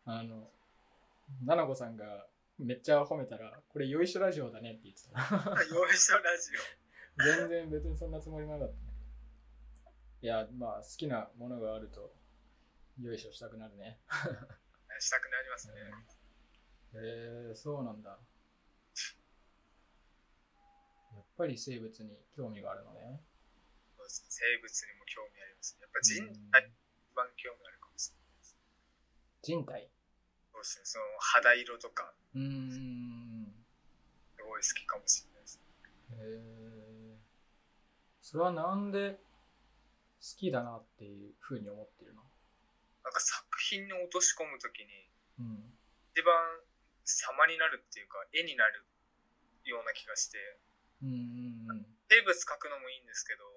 あの、ななこさんがめっちゃ褒めたら、これ、よいしょラジオだねって言ってた。よいしょラジオ。全然別にそんなつもりなかった。いや、まあ、好きなものがあると、よいしょしたくなるね。したくなりますね。へえそうなんだ。やっぱり生物に興味があるのね。そうですね。生物にも興味ありますね。やっぱ人うん体一番興味あるかもしれないです。人体そうですね。その肌色とか、うーん。すごい好きかもしれないです。へえ。それはなんで好きだなっていうふうに思ってるのなんか作品に落とし込むときに、うん。一番様になるっていうか、絵になるような気がして、うんうんうん。生物描くのもいいんですけど、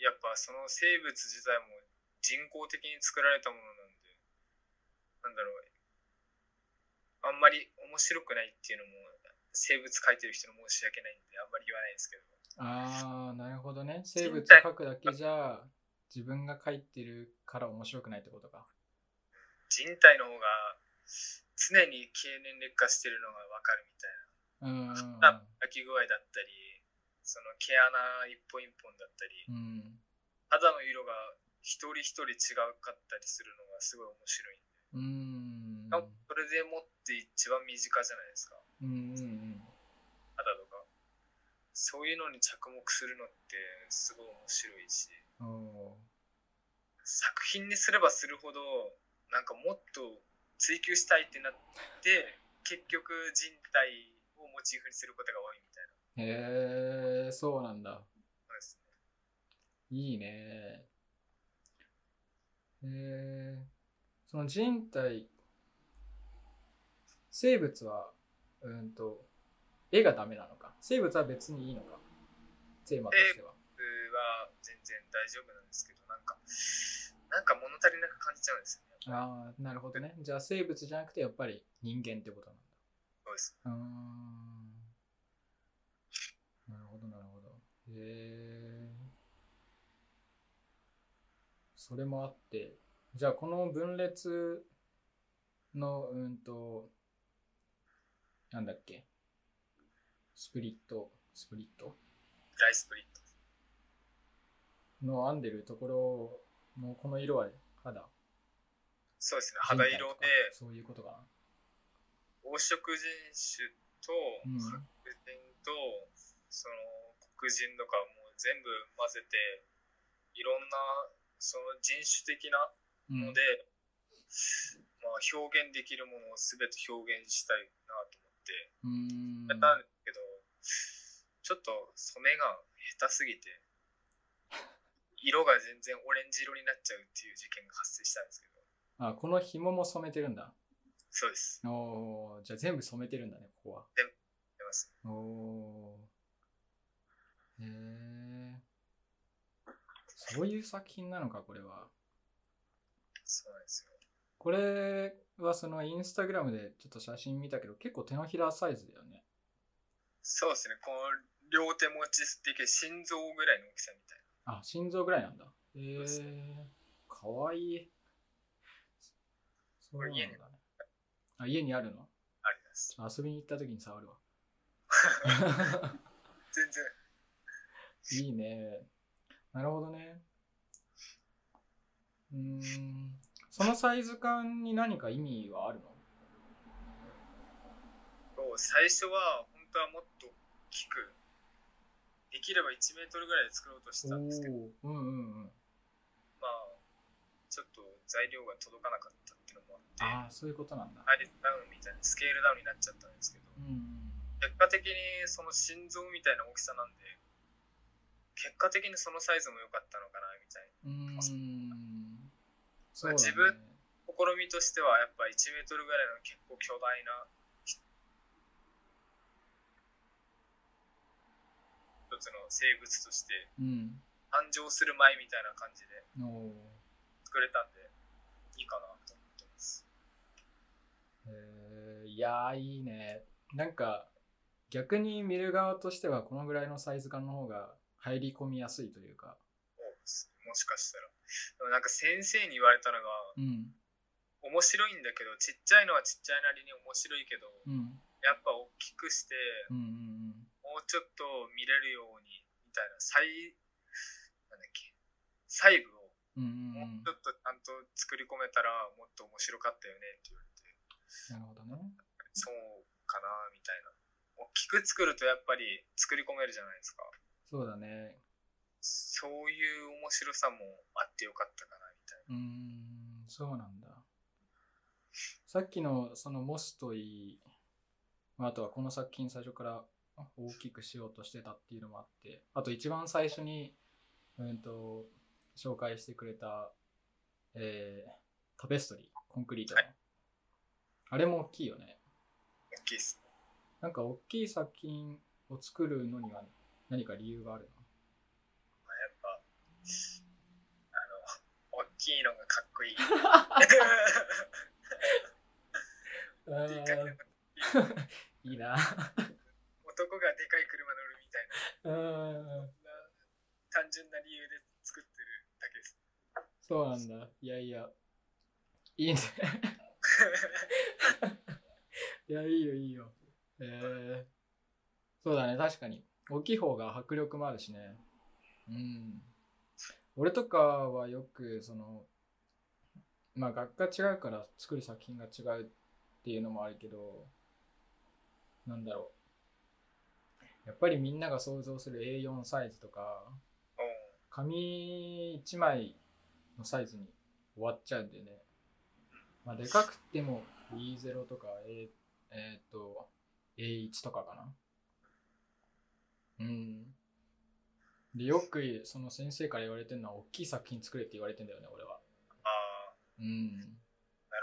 やっぱその生物自体も人工的に作られたものなんで、なんだろう、あんまり面白くないっていうのも、生物描いてる人の申し訳ないんで、あんまり言わないんですけど、ああ、なるほどね。生体物描くだけじゃ自分が描いてるから面白くないってことか。人体の方が常に経年劣化してるのがわかるみたいうんうんうん。な、焼き具合だったり、その毛穴一本一本だったり、うん肌の色が一人一人違うかったりするのがすごいうーん。面白いんで。なんかそれでもって一番身近じゃないですかうんうんうん。肌とかそういうのに着目するのってすごい面白いしお作品にすればするほどなんかもっと追求したいってなって結局人体をモチーフにすることが多いみたいーへなえ、そうなんだ。そうですねいいね。えー、その人体、生物は、うんと、絵がダメなのか。生物は別にいいのか。テーマとしては。僕は全然大丈夫なんですけどなんかなんか物足りなく感じちゃうんですよねああ、なるほどね。じゃあ生物じゃなくてやっぱり人間ってことなんだ。そうですうーんなるほどなるほどへえそれもあってじゃあこの分裂のうんとなんだっけスプリットスプリットライスプリットの編んでるところのこの色は肌そうですね肌人体と色かでそういうことか黄色人種となうん黒人とその黒人とかもう全部混ぜていろんなその人種的なうんので、まあ、表現できるものを全て表現したいなと思うーんってやったんですけど、ちょっと染めが下手すぎて色が全然オレンジ色になっちゃうっていう事件が発生したんですけどあこの紐も染めてるんだそうですおーじゃあ全部染めてるんだねここは出ますおおー。へえ。そういう作品なのか、これは。そうなんですよこれはそのインスタグラムでちょっと写真見たけど、結構手のひらサイズだよね。そうですねこの両手持ちできる心臓ぐらいの大きさみたいなあ、心臓ぐらいなんだ。へえそうそう。かわいい。そうなんだ家にね。あ、家にあるのあります遊びに行った時に触るわ。全い然いね。なるほどね。うーん。そのサイズ感に何か意味はあるのそう最初は本当はもっと大きくできれば1メートルぐらいで作ろうとしてたんですけどおーうんうんうん。まあちょっと材料が届かなかったっていうのもああってあ、そういうことなんだ。サイズダウンみたいなスケールダウンになっちゃったんですけどうん結果的にその心臓みたいな大きさなんで結果的にそのサイズも良かったのかなみたいうなん。うーん。そうだね、自分試みとしてはやっぱ1メートルぐらいの結構巨大な一つの生物としてうん。誕生する前みたいな感じでおー作れたんでいいかなと思ってますえーいやー、いいね。なんか、逆に見る側としては、このぐらいのサイズ感の方が入り込みやすいというか。もしかしたらでもなんか先生に言われたのがうん。面白いんだけどちっちゃいのはちっちゃいなりに面白いけどうん。やっぱ大きくしてうんうんもうちょっと見れるようにみたいな細なんだっけ細部をうん。うんうんうんもうちょっとちゃんと作り込めたらもっと面白かったよねって言われて、なるほどね。そうかなみたいな。大きく作るとやっぱり作り込めるじゃないですか。そうだね。そういう面白さもあってよかったかなみたいな。うーん、そうなんだ。さっきのそのモスといい、まあ、あとはこの作品最初から大きくしようとしてたっていうのもあって、あと一番最初に、うんと、紹介してくれた、えータペストリー、コンクリートの。あれも大きいよね。大きいっす。なんか大きい作品を作るのには何か理由があるまあ、やっぱ、あの、大きいのがかっこ いのい。でかいのが いいな。男がでかい車乗るみたいな、うんそんな単純な理由で作ってるだけです。そうなんだ。いやいや。いい ね。いや、いいよ、いいよ。えー、そうだね、確かに。大きい方が迫力もあるしね。うん。俺とかはよく、その、まあ、学科違うから作る作品が違うっていうのもあるけど、なんだろう。やっぱりみんなが想像する A4 サイズとか、うん紙1枚のサイズに終わっちゃうんでね、まあ、でかくても E0 とか A、えーっと A1 とかかなうんでよくその先生から言われてるのは大きい作品作れって言われてんだよね俺はああ、うんなるほだど。か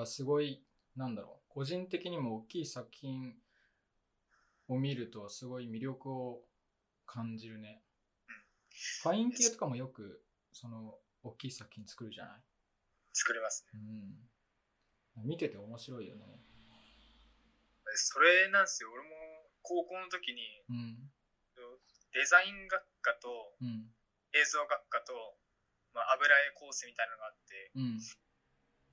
らすごいなんだろう個人的にも大きい作品を見るとすごい魅力を感じるね、ファイン系とかもよくその大きい作品作るじゃない、作れますうね。ん、見てて面白いよねそれなんですよ。俺も高校の時にうんデザイン学科とうん映像学科と、まあ、油絵コースみたいなのがあって、うん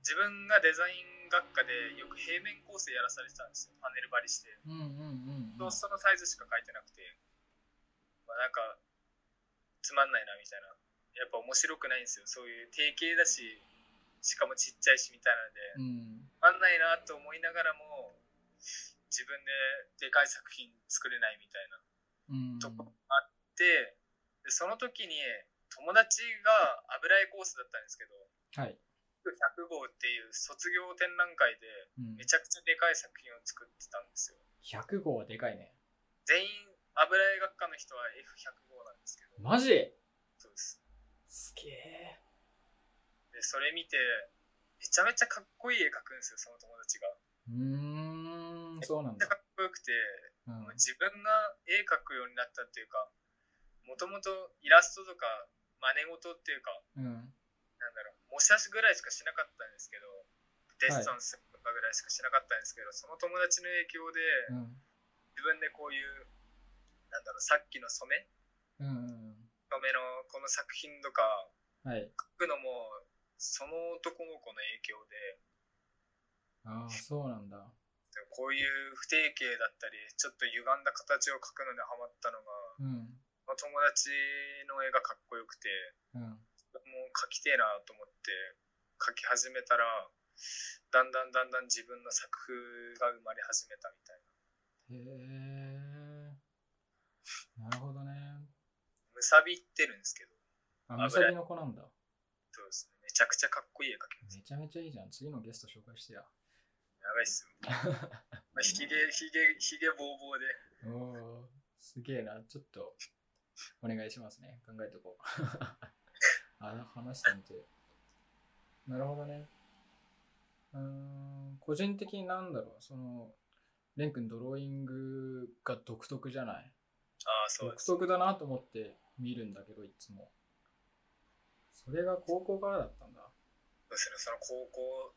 自分がデザイン学科でよく平面構成やらされてたんですよ。パネル張りして。うんうんうんトーストのサイズしか書いてなくて、まあ、なんかつまんないなみたいなやっぱ面白くないんですよそういう定型だししかもちっちゃいしみたいなうのでんうんつまんないなと思いながらも自分ででかい作品作れないみたいなうんとこあってでその時に友達が油絵コースだったんですけどはい、 100号っていう卒業展覧会でうんめ、ちゃくちゃでかい作品を作ってたんですよ100号はでかいね全員油絵学科の人は F105 なんですけどマジそうですすげえでそれ見てめちゃめちゃかっこいい絵描くんですよその友達がうーんそうなんめっちゃだ、かっこよくて、うんもう自分が絵描くようになったっていうかもともとイラストとか真似事っていうかうん、なんだろう模写ぐらいしかしなかったんですけどデッサンするとかぐらいしかしなかったんですけど、その友達の影響でうん自分でこういうなんだろうさっきの染めうんうん染めのこの作品とかうんはい描くのもその男の子の影響でああそうなんだこういう不定形だったりちょっと歪んだ形を描くのにハマったのがうんまあ友達の絵がかっこよくてうんもう描きてえなと思って描き始めたらだんだんだんだん自分の作風が生まれ始めたみたいなへえなるほどねむさびってるんですけどあ危なむさいびの子なんだそうですねめちゃくちゃかっこいい絵描きますめちゃめちゃいいじゃん次のゲスト紹介してややばいっすよまあひげひげひげぼうぼうでおおすげえなちょっとお願いしますね考えとこう あ話してみてなるほどねうーん個人的になんだろうそのレン君ドローイングが独特じゃないああそう独です特だなと思って見るんだけどいつもそれが高校からだったんだそうですねその高校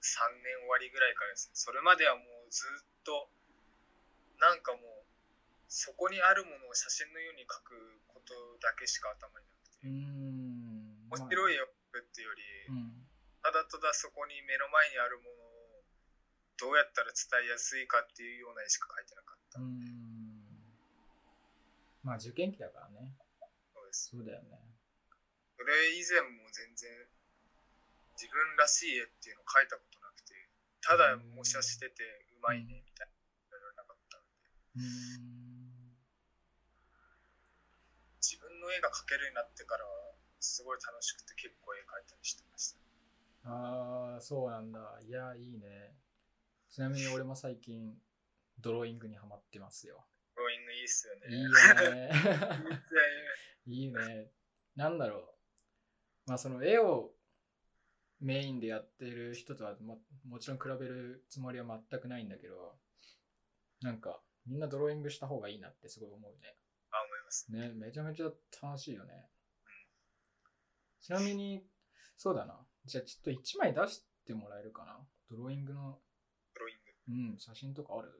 3年終わりぐらいからですねそれまではもうずっとなんかもうそこにあるものを写真のように描くことだけしか頭になくうてーん面白いよ、絵を描くっていうよまありうんただただそこに目の前にあるものをどうやったら伝えやすいかっていうような絵しか描いてなかったうーんまあ受験期だからねそうですそうだよねそれ以前も全然自分らしい絵っていうのを描いたことなくてただ模写しててうまいねみたいなのがなかったのでうーん自分のの絵が描けるようになってからはすごい楽しくて結構絵描いたりしてました。ああ、そうなんだ。いや、いいね。ちなみに俺も最近、ドローイングにハマってますよ。ドローイングいいっすよいいね。よね。いいっすいいね。なんだろう。まあその絵をメインでやってる人とはももちろん比べるつもりは全くないんだけど、なんかみんなドローイングした方がいいなってすごい思あ、思います。うね。ね、めちゃめちゃ楽しいよね。ちなみに、そうだな。じゃあちょっと1枚出してもらえるかな。ドローイングの、ドローイング。うん、写真とかある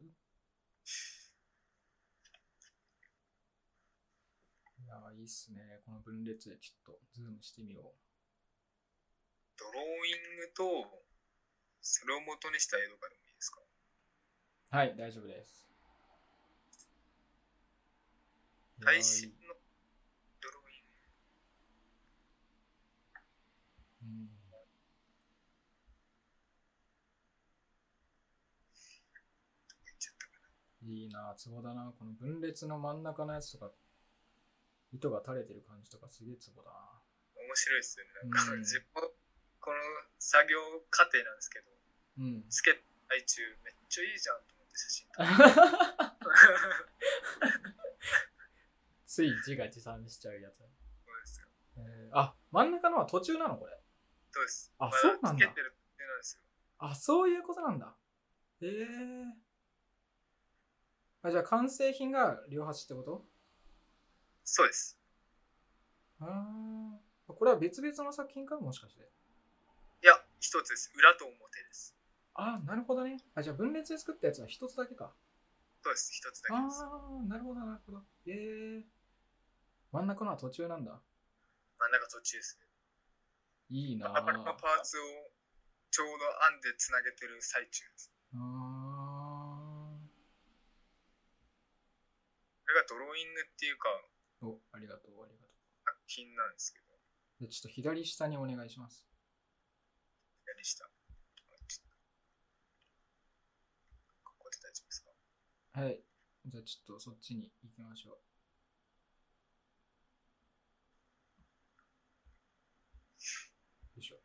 いやー、いいっすね。この分裂でちょっとズームしてみよう。ドローイングと、それを元にした絵とかでもいいですかはい、大丈夫です。最新のドローインうんグ。言っちゃったかないいな、ツボだな。この分裂の真ん中のやつとか、糸が垂れてる感じとかすげえツボだ面白いっすよね。なんか、うん自分、この作業過程なんですけど、な。うん。つけた最中めっちゃいいじゃんと思って写真撮って つい字が持参しちゃうやつ。そうですよ。えーあ、真ん中のは途中なのこれ。そうです。あまだそうなんだつけてるってなんですよ。あ、そういうことなんだ。ええあ、じゃあ完成品が両端ってことそうです。あーこれは別々の作品かもしかして。いや、一つです。裏と表です。あーなるほどね。あ、じゃあ分裂で作ったやつは一つだけか。そうです。一つだけあです。あ、なるほど、なるほど。ええ真ん中のは途中なんだ。真ん中途中ですね。いい なああパのパーツをちょうど編んでつなげてる最中です。あこれがドローイングっていうか、ーお、ありがとう、ありがと作品なんですけど、う。でちょっと左下にお願いします。やりした。ちょっとここで大丈夫ですかはい。じゃあちょっとそっちに行きましょう。よいしょ。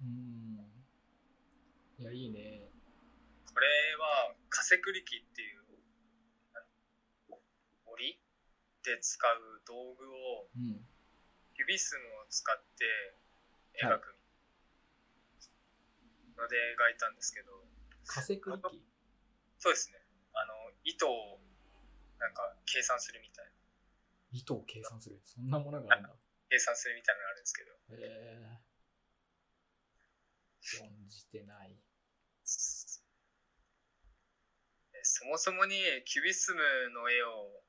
うーん。いや、いいね。これは、カセクリキっていう、あの檻で使う道具をうん。指すのを使って描くので描いたんですけど、化石力そうですねあの糸をなんか計算するみたいな糸を計算する。そんなものがあ るんだ。計算するみたいなのがあるんですけへどえ存じてない。えそもそもにキュビスムの絵を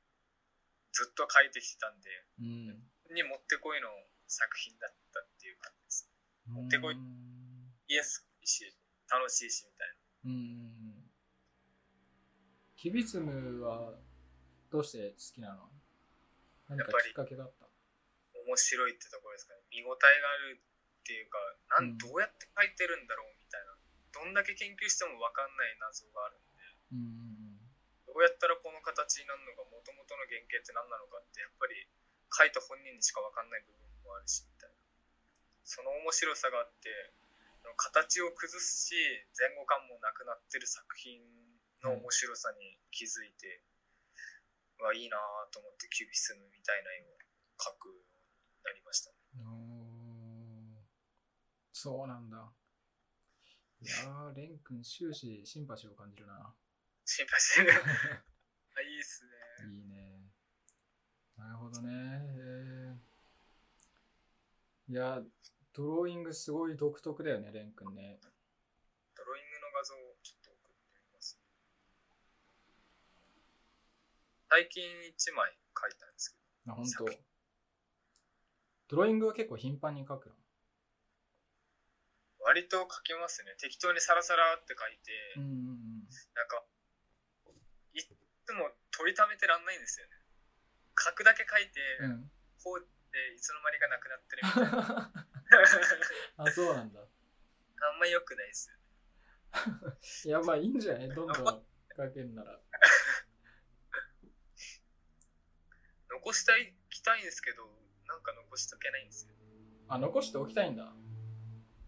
ずっと描いてきてたんでうん。にもってこいの作品だったっていう感じです持ってこいうんイエスいいし楽しいしみたいうなん。キュビスムはどうして好きなの何かやっぱきりっかけがあった面白いってところですかね見応えがあるっていうかなうんんどうやって描いてるんだろうみたいなどんだけ研究しても分かんない謎があるんでうんうんどうやったらこの形になるのか元々の原型って何なのかってやっぱり描いた本人にしか分かんない部分もあるしみたいなその面白さがあって形を崩すし前後感もなくなってる作品の面白さに気づいて、うわいいなぁと思ってキュビスムみたいな絵を描くようになりましたねうん。おーそうなんだ。いやー、レン君終始シンパシーを感じるな。心配してるあいいっすねいいね。なるほどね。えーいや、ドローイングすごい独特だよね、レン君ね。ドローイングの画像をちょっと送ってみます最近1枚描いたんですけどあ、本当作。ドローイングは結構頻繁に描くの。割と描きますね適当にサラサラって描いて、うんうんなんかいっつも取りためてらんないんですよね描くだけ描いてうん。うん。 放っていつの間にかなくなってるみたいなあ、そうなんだ。 あんま良くないですよねいや、まあいいんじゃないどんどん描けるなら。残したいきたいんですけどなんか残しとけないんですよあ、残しておきたいんだ。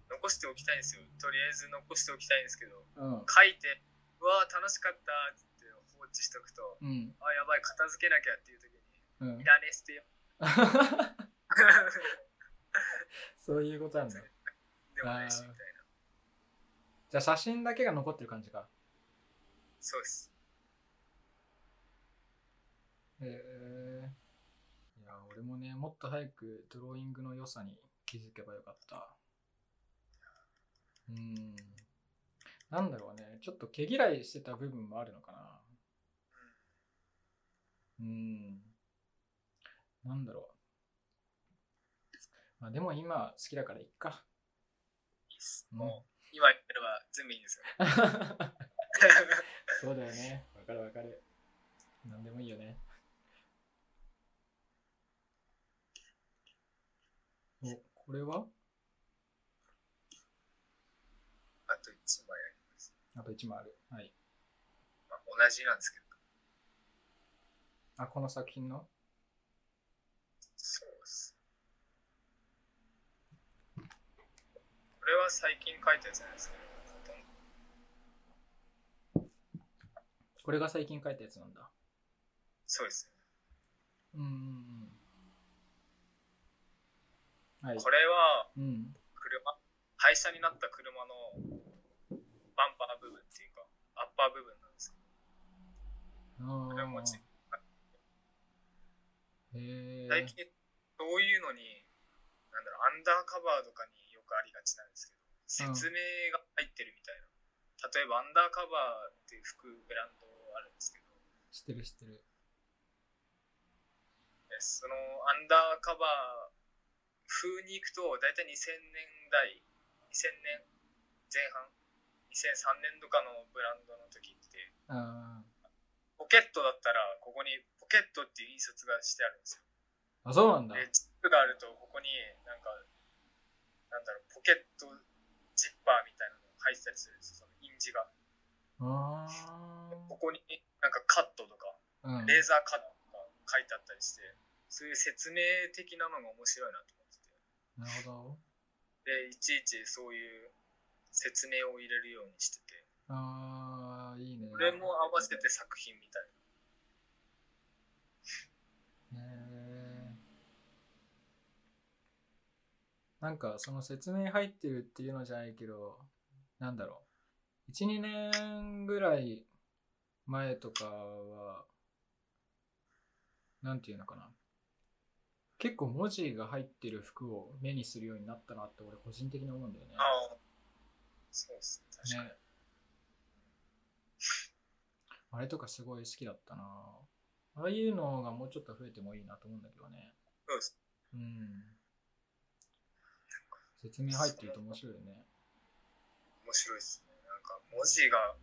残しておきたいんですよとりあえず残しておきたいんですけどうん。書いて「うわー楽しかった」っつって放置しとくとうん。 「あやばい片付けなきゃ」っていう時にう「いん。らねえ捨 てよう」そういうことなんだ。でもないしみたいなじゃあ写真だけが残ってる感じか。そうですへえいや、俺もね、もっと早くドローイングの良さに気づけばよかった。うん。なんだろうね、ちょっと毛嫌いしてた部分もあるのかな。うん。なんだろう。まあでも今好きだからいっか。いいっすうんもう今やれば全部いい んですよそうだよね。わかるわかる。なんでもいいよね。お、これはあと1枚あります、あと1枚ある。はい。まあ、同じなんですけどあ、この作品のそうですこれは最近書いたやつなんですけどほとんどこれが最近書いたやつなんだ。そうですねうーん。はい。これはうん。車廃車になった車のバンパー部分っていうかアッパー部分なんですけあこれもちへえど最近そういうのになんだろうアンダーカバーとかによくありがちなんですけどうん説明が入ってるみたいな、例えばアンダーカバーっていう服ブランドあるんですけど知ってる知ってる。えそのアンダーカバー風に行くと大体2000年代2000年前半2003年とかのブランドの時ってあポケットだったらここにポケットっていう印刷がしてあるんですよーあ、そうなんだ。でチップがあるとここになんかなんだろうポケットジッパーみたいなのが入ってたりするんですよその印字があここになんかカットとかあ。うん。レーザーカットが書いてあったりしてそういう説明的なのが面白いなと思っててなるほど。でいちいちそういう説明を入れるようにしててああ、いいね。これも合わせて作品みたいへえなんかその説明入ってるっていうのじゃないけどなんだろう12年ぐらい前とかはなんていうのかな結構文字が入ってる服を目にするようになったなって俺個人的に思うんだよね。なああそうですね確かに、ねあれとかすごい好きだったなああいうのがもうちょっと増えてもいいなと思うんだけどね。そうですうん。説明入ってると面白いよね。面白いですねなんか文字が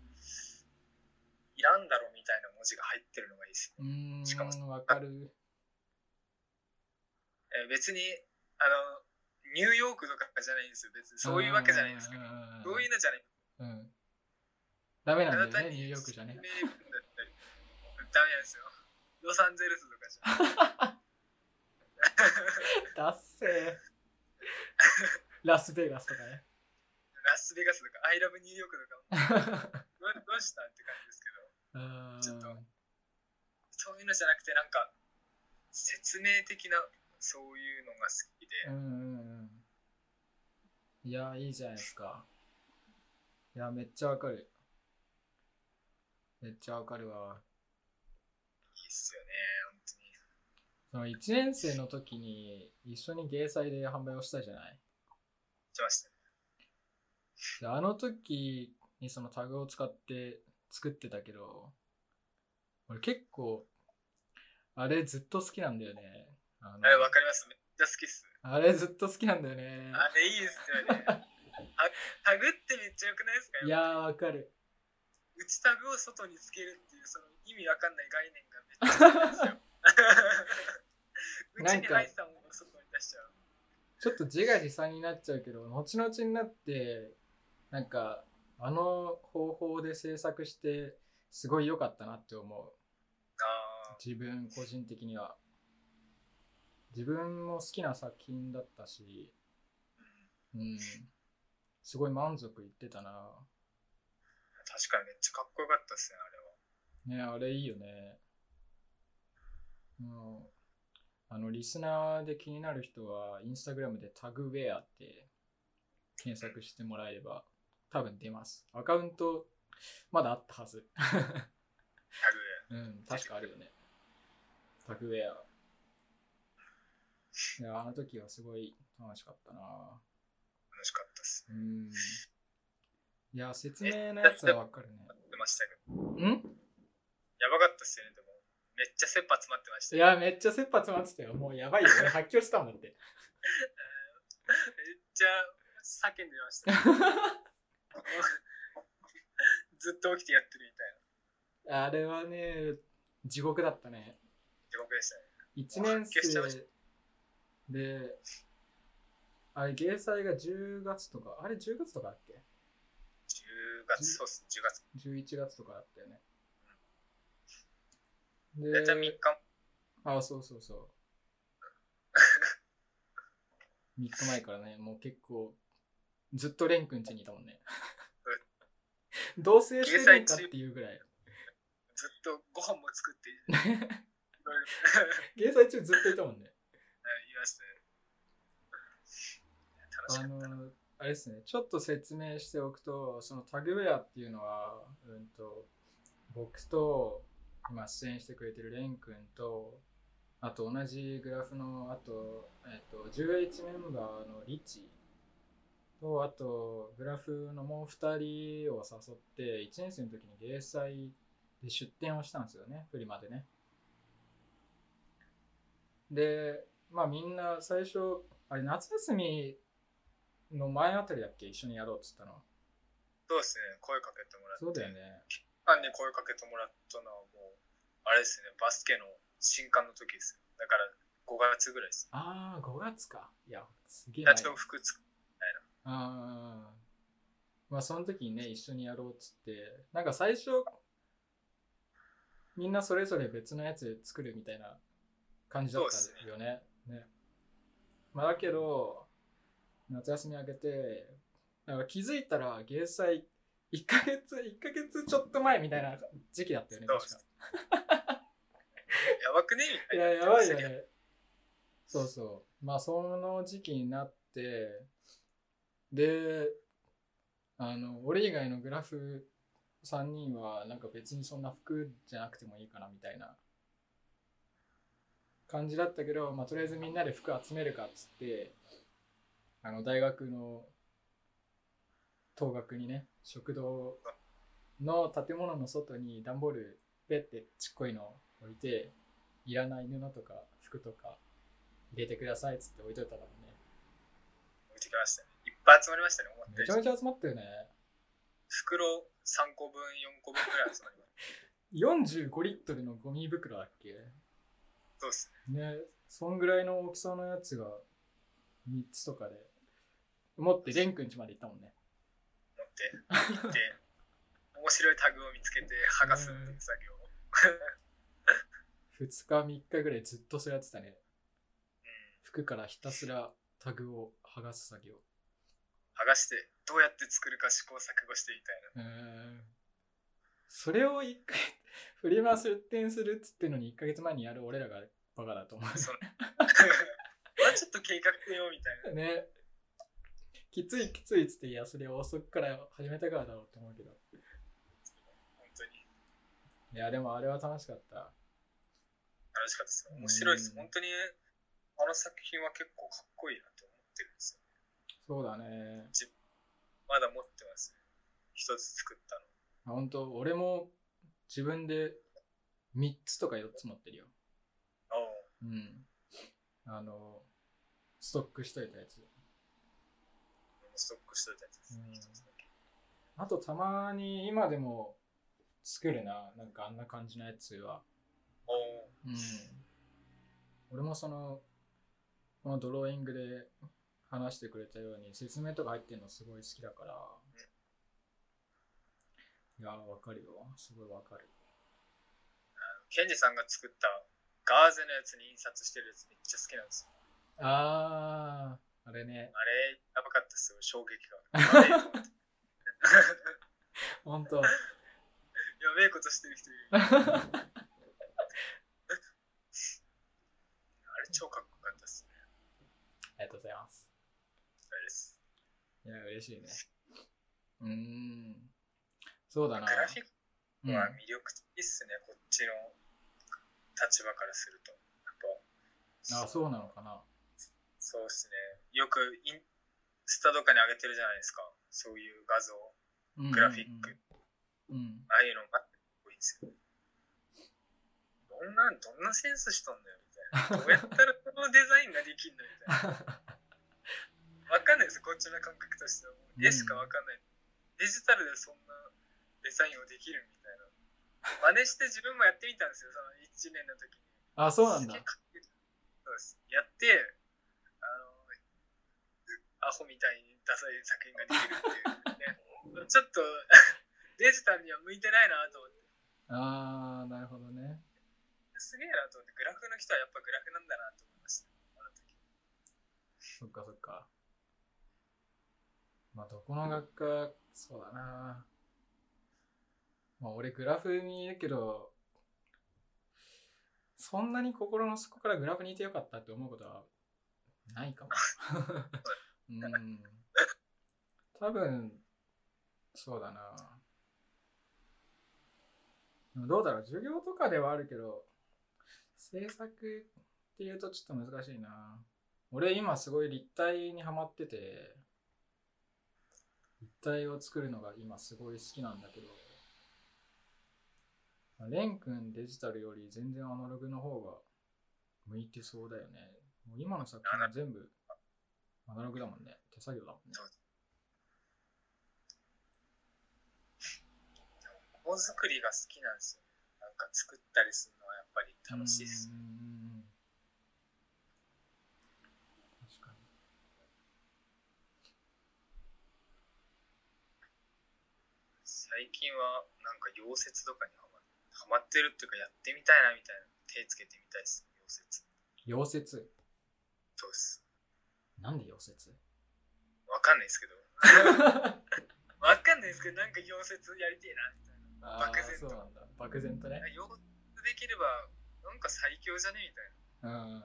いらんだろみたいな文字が入ってるのがいいですね、うしかーん、もわかる。えー別にあのニューヨークとかじゃないんですよ別にそういうわけじゃないんですけどどそういうのじゃないうん。ダメたなだんだ単よね、にニューヨークじゃね。説明文だったりダメなんですよロサンゼルスとかじゃだっせー。ラスベガスとかね。ラスベガスとか、アイラブニューヨークとか、どうどうしたって感じですけど、うーんちょっとそういうのじゃなくて、なんか、説明的な、そういうのが好きうで、んうんうん。いや、いいじゃないですか。いや、めっちゃわかる。めっちゃわかるわ。いいっすよね、本当に。その1年生の時に一緒に芸祭で販売をしたじゃない。しましたね。であの時にそのタグを使って作ってたけど俺結構あれずっと好きなんだよねあのあれ、わかります。めっちゃ好きっす。あれずっと好きなんだよねあれ、いいっすよね。あタグってめっちゃ良くないですかいやーわかるうちタグを外につけるっていう、その意味わかんない概念がめっちゃ好きなんですよ。うち に入ったものを外に出しちゃう。ちょっと自画自賛になっちゃうけど後々になってなんかあの方法で制作してすごい良かったなって思うああ、自分個人的には自分も好きな作品だったし、うん、すごい満足いってたな。確かにめっちゃかっこよかったですね、あれねは。あれいいよね。うん。あの、リスナーで気になる人は、インスタグラムでタグウェアって検索してもらえれば、多分出ます。アカウント、まだあったはず。タグで。うん、確かあるよね。タグウェア。いや、あの時はすごい楽しかったな。楽しかったっす。うん。いや、説明のやつはわかる待ってましたけど。ね。んやばかったっすよね、でも。めっちゃ切羽詰まってましい たよ。や、めっちゃ切羽詰まってたよ。もうやばいよ。俺発狂したもんだって。めっちゃ叫んでま した。ずっと起きてやってるみたいなあれはね、地獄だったね。地獄でしたね。 1年発狂しちゃいまし生で、あれ、芸祭が10月とか、あれ10月とかだっけ10月、そうっす、10月。 ?11 月とかだったよね。大体3で日、、もあ、そうそうそう。3日前からね、もう結構、ずっとレン君家にいたもんね。同棲してるんかっていうぐらい。ずっとご飯も作って、いろいろ芸祭中ずっといたもんね。言いましたね。楽しあかった。のあれですねちょっと説明しておくとそのタグウェアっていうのは、うん、と僕と今出演してくれてるレン君とあと同じグラフのあと,、えっと 10H メンバーのリチとあとグラフのもう2人を誘って1年生の時に芸祭で出店をしたんですよねフリマでねでまあみんな最初あれ夏休みの前あたりだっけ一緒にやろうっつったのそうですね、声かけてもらって。そうだよねファンに声かけてもらったのはもう、あれですね、バスケの新刊の時ですよ。だから5月ぐらいです。ああ5月かいやすげえダなチョウ服つああまあその時にね一緒にやろうっつってなんか最初みんなそれぞれ別のやつ作るみたいな感じだったよねねまあだけど夏休み明けてなんか気づいたら芸祭1ヶ月1ヶ月ちょっと前みたいな時期だったよねそう確かやばくねみいたいや、な。やばいよね。そうそう。まあ、その時期になって、で、あの、俺以外のグラフ3人は、なんか別にそんな服じゃなくてもいいかなみたいな感じだったけど、まあ、とりあえずみんなで服集めるかっつって、あの、大学の、東学にね、食堂の建物の外に段ボール、ペッてちっこいの置いて、いらない布とか服とか入れてくださいっつって置いといたからね。置いてきましたね。いっぱい集まりましたね、思っためよちゃめり。ちゃ集まったよね。袋3個分、4個分ぐらい集まりまし45リットルのゴミ袋だっけた。そうですね。ね、そんぐらいの大きさのやつが3つとかで、持ってレン君家まで行ったもんね。持って、行って、 面白いタグを見つけて剥がすっていう作業を。 2日3日ぐらいずっとそれやってたね。うん服からひたすらタグを剥がす作業。剥がして、どうやって作るか試行錯誤してみたいな。うーんそれを1回、 フリマ出店するっつってのに1ヶ月前にやる俺らがバカだと思う。そのまあちょっと計画よみたいな。ねきついきついっつっていやそれは遅くから始めたからだろうと思うけど本当に。いやでもあれは楽しかった楽しかったですよ。面白いです。うん本当に、あの作品は結構かっこいいなと思ってるんですよ。そうだねまだ持ってます、ね。一つ作ったの。あ本当俺も自分で3つとか4つ持ってるよおううんあのストックしといたやつストックしといたやつですうんね。一つだけ。あとたまに今でも作るななんかあんな感じのやつはおううん、俺もそのこのドローイングで話してくれたように説明とか入ってるのすごい好きだからいやーわかるよすごいわかるケンジさんが作ったガーゼのやつに印刷してるやつめっちゃ好きなんですよ。あー、あれね。あれ、やばかったっすよ、衝 撃が。やほんと。べえことしてる 人いる。あれ、超かっこよかったっすね。ありがとうございます。あれです。いや、嬉しいね。うーん。そうだな。グラフィッうんクは魅力的っすね、こっちの立場からすると。やっぱあ、そうなのかな。そうですね。よくインスタとかに上げてるじゃないですか。そういう画像、うんうんうんグラフィック。。うん。ああいうのがかっこいいんですよ。どんな、どんなセンスしとんだよ、みたいな。どうやったらこのデザインができんのみたい な。わかんないです、こっちの感覚としては。もう絵しかわかんない。デジタルでそんなデザインをできるみたいな。真似して自分もやってみたんですよ、その1年の時に。あ、そうなんすげえだ。かっこいいそうです。やって、あの、アホみたいにダサい作品ができるっていう、ね。ちょっと、 デジタルには向いてないなと思って、あー、なるほどね。すげえなと思って、グラフの人はやっぱグラフなんだなと思いました。あの時そっかそっか。まあ、どこの学科、そうだな。まあ、俺、グラフにいるけど、そんなに心の底からグラフにいてよかったって思うことはないかも。うん。多分、そうだな。でもどうだろう、授業とかではあるけど、制作っていうとちょっと難しいな。俺今すごい立体にハマってて立体を作るのが今すごい好きなんだけどまあレン君デジタルより全然アナログの方が向いてそうだよねもう今の作品は全部アナログだもんね手作業だもんねものづくりが好きなんですよ、ね。なんか作ったりするのはやっぱり楽しいです。うんうんうん確かに最近はなんか溶接とかにハマハマってるっていうかやってみたいなみたいな。手つけてみたいです、溶溶接。接そうです。なんで溶 接わかんないですけど。わかんないですけど、なんか溶接やりてえな、みたいな。あ漠然ーとそうなんだ漠然とね溶接できれば、なんか最強じゃねみたいうんな。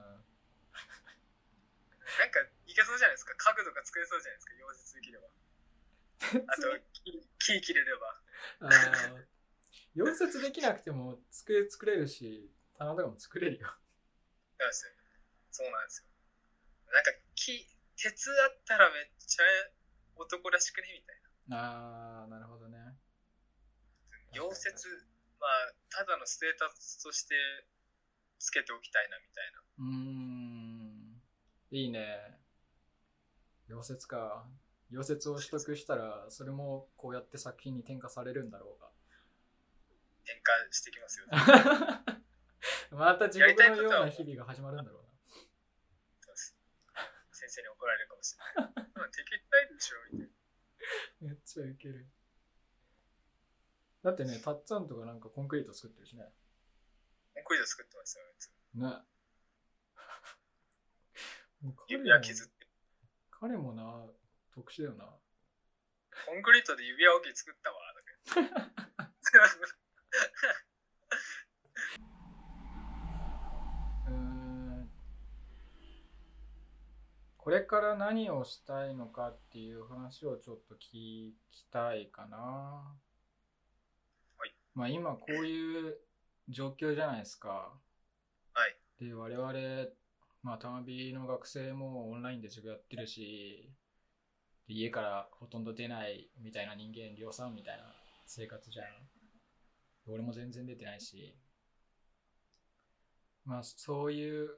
なんかいけそうじゃないですか。家具とか作れそうじゃないですか、溶接できれば。あと、木木切れれば。あの溶接できなくても机作れるし棚とかも作れるよそうですよねそうなんですよ。なんか木、鉄あったらめっちゃ男らしくねみたいな。ああなるほどね溶接、まあ、ただのステータスとしてつけておきたいな、みたいな。うーんいいね溶接か溶接を取得したらそれもこうやって作品に転化されるんだろう転換してきますよ。がまた地獄のような日々が始まるんだろうな先生に怒られるかもしれない。まあ、できないでしょ、みたいな。 めっちゃウケるだってねたっつぁんとかなんかコンクリート作ってるしねコンクリート作ってますよ、いつねもう彼指輪も削って。彼もな、特殊だよな。コンクリートで指輪置き作った わ、とか言って。うーん。これから何をしたいのかっていう話をちょっと聞きたいかな。はい。まあ今こういう状況じゃないですか。。はいで、我々、まあ、たまびの学生もオンラインで授業やってるし、で家からほとんど出ないみたいな人間量産みたいな生活じゃん。俺も全然出てないし。まあそういう、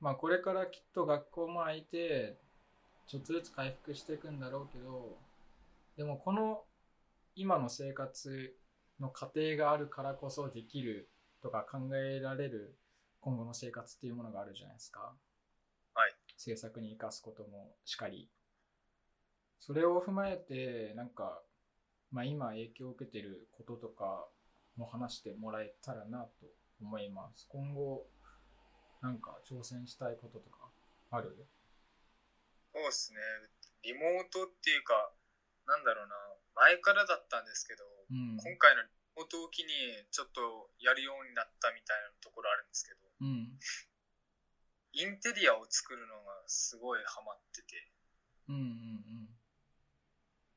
まあこれからきっと学校も空いて、ちょっとずつ回復していくんだろうけど、でもこの今の生活の過程があるからこそできるとか考えられる今後の生活っていうものがあるじゃないですか。はい。制作に生かすこともしかり。それを踏まえて、なんか、まあ今影響を受けてることとかも話してもらえたらなと思います。今後、なんか挑戦したいこととかあるそうですね。リモートっていうか、なんだろうな、前からだったんですけど、うん。今回のリモートを機にちょっとやるようになったみたいなところあるんですけど、うん。インテリアを作るのがすごいハマってて、うんうんうん。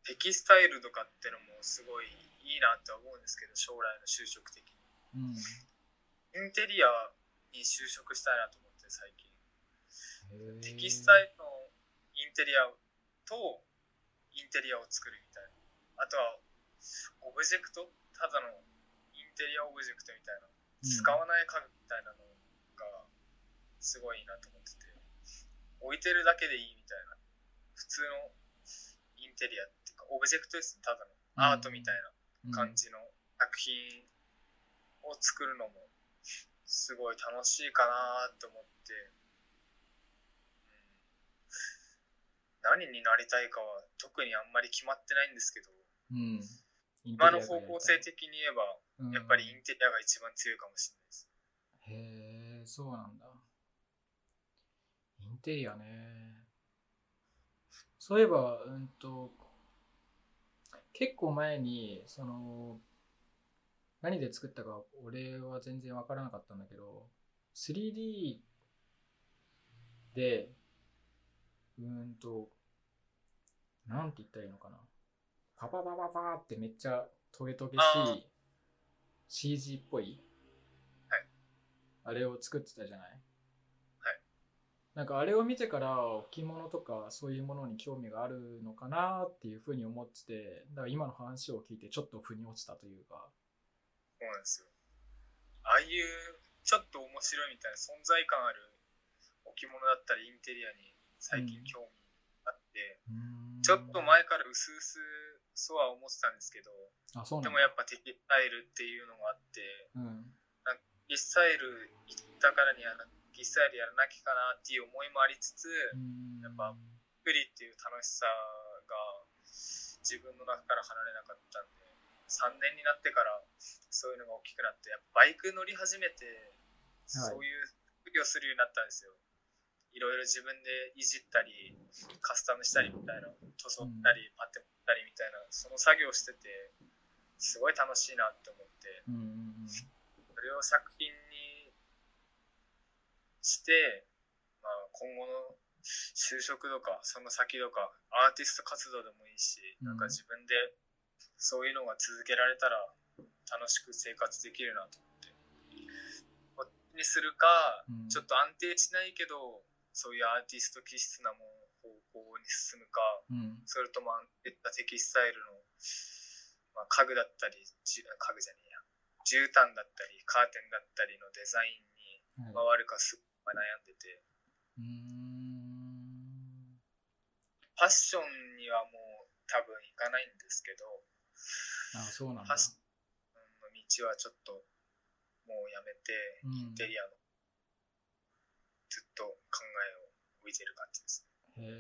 テキスタイルとかってのもすごいいいなって思うんですけど、将来の就職的に。うん。インテリアに就職したいなと思って最近。へーテキスタイルのインテリアとインテリアを作るみたいな。あとは、オブジェクトただのインテリアオブジェクトみたいな。使わない家具みたいなのがすごいなと思ってて。置いてるだけでいいみたいな。普通のインテリアっていうか、オブジェクトですね。ただのアートみたいな。うん感じの作品を作るのもすごい楽しいかなと思って、うん、何になりたいかは特にあんまり決まってないんですけどうん。今の方向性的に言えばやっぱりイうんンテリアが一番強いかもしれないです、へえ、そうなんだ。インテリアね。そういえば、うんと、結構前に、その、何で作ったか俺は全然わからなかったんだけど、3D で、うんと、なんて言ったらいいのかな。パパパパパーってめっちゃトゲトゲあしい CG っぽいあれを作ってたじゃないはいなんかあれを見てから置物とかそういうものに興味があるのかなっていうふうに思っててだから今の話を聞いてちょっと腑に落ちたというかそうなんですよああいうちょっと面白いみたいな存在感ある置物だったりインテリアに最近興味あって、ちょっと前から薄々そうは思ってたんですけど、あそうでなんもだやっぱテキスタイルっていうのがあって、うんテキスタイル行ったからにはテキスタイルやらなきゃかなっていう思いもありつつ、うんやっぱプリっていう楽しさが自分の中から離れなかったんで、3年になってからそういうのが大きくなって、やっぱバイク乗り始めて、はいそういう副業するようになったんですよ。いろいろ自分でいじったり、カスタムしたりみたいな、塗装ったり、パテ持ったりみたいな、その作業してて、すごい楽しいなって思って、うんうんうんそれを作品にして、まあ、今後の就職とかその先とかアーティスト活動でもいいし、うんなんか自分でそういうのが続けられたら楽しく生活できるなと思ってこっちにするか、うんちょっと安定しないけどそういうアーティスト気質なもん方向に進むかうんそれとも安定したテキスタイルの、まあ、家具だったりじゅ家具じゃねえや絨毯だったりカーテンだったりのデザインにはい回るかすごい悩んでてうーんファッションにはもう多分行かないんですけどあそうなんだファッションの道はちょっともうやめてうんインテリアのずっと考えを置いてる感じですへえ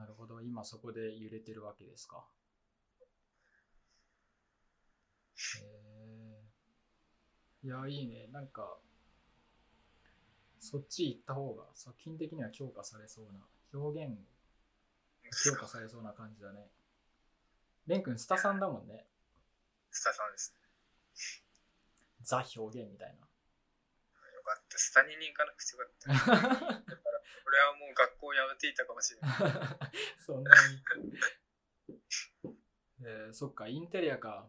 なるほど今そこで揺れてるわけですかへえいやいいねなんかそっち行った方が作品的には強化されそうな表現強化されそうな感じだねレン君スタさんだもんねスタさんですザ表現みたいなねよかったスタに行かなくてよかっただから俺はもう学校をやめていたかもしれないそんなに、えー、そっかインテリアか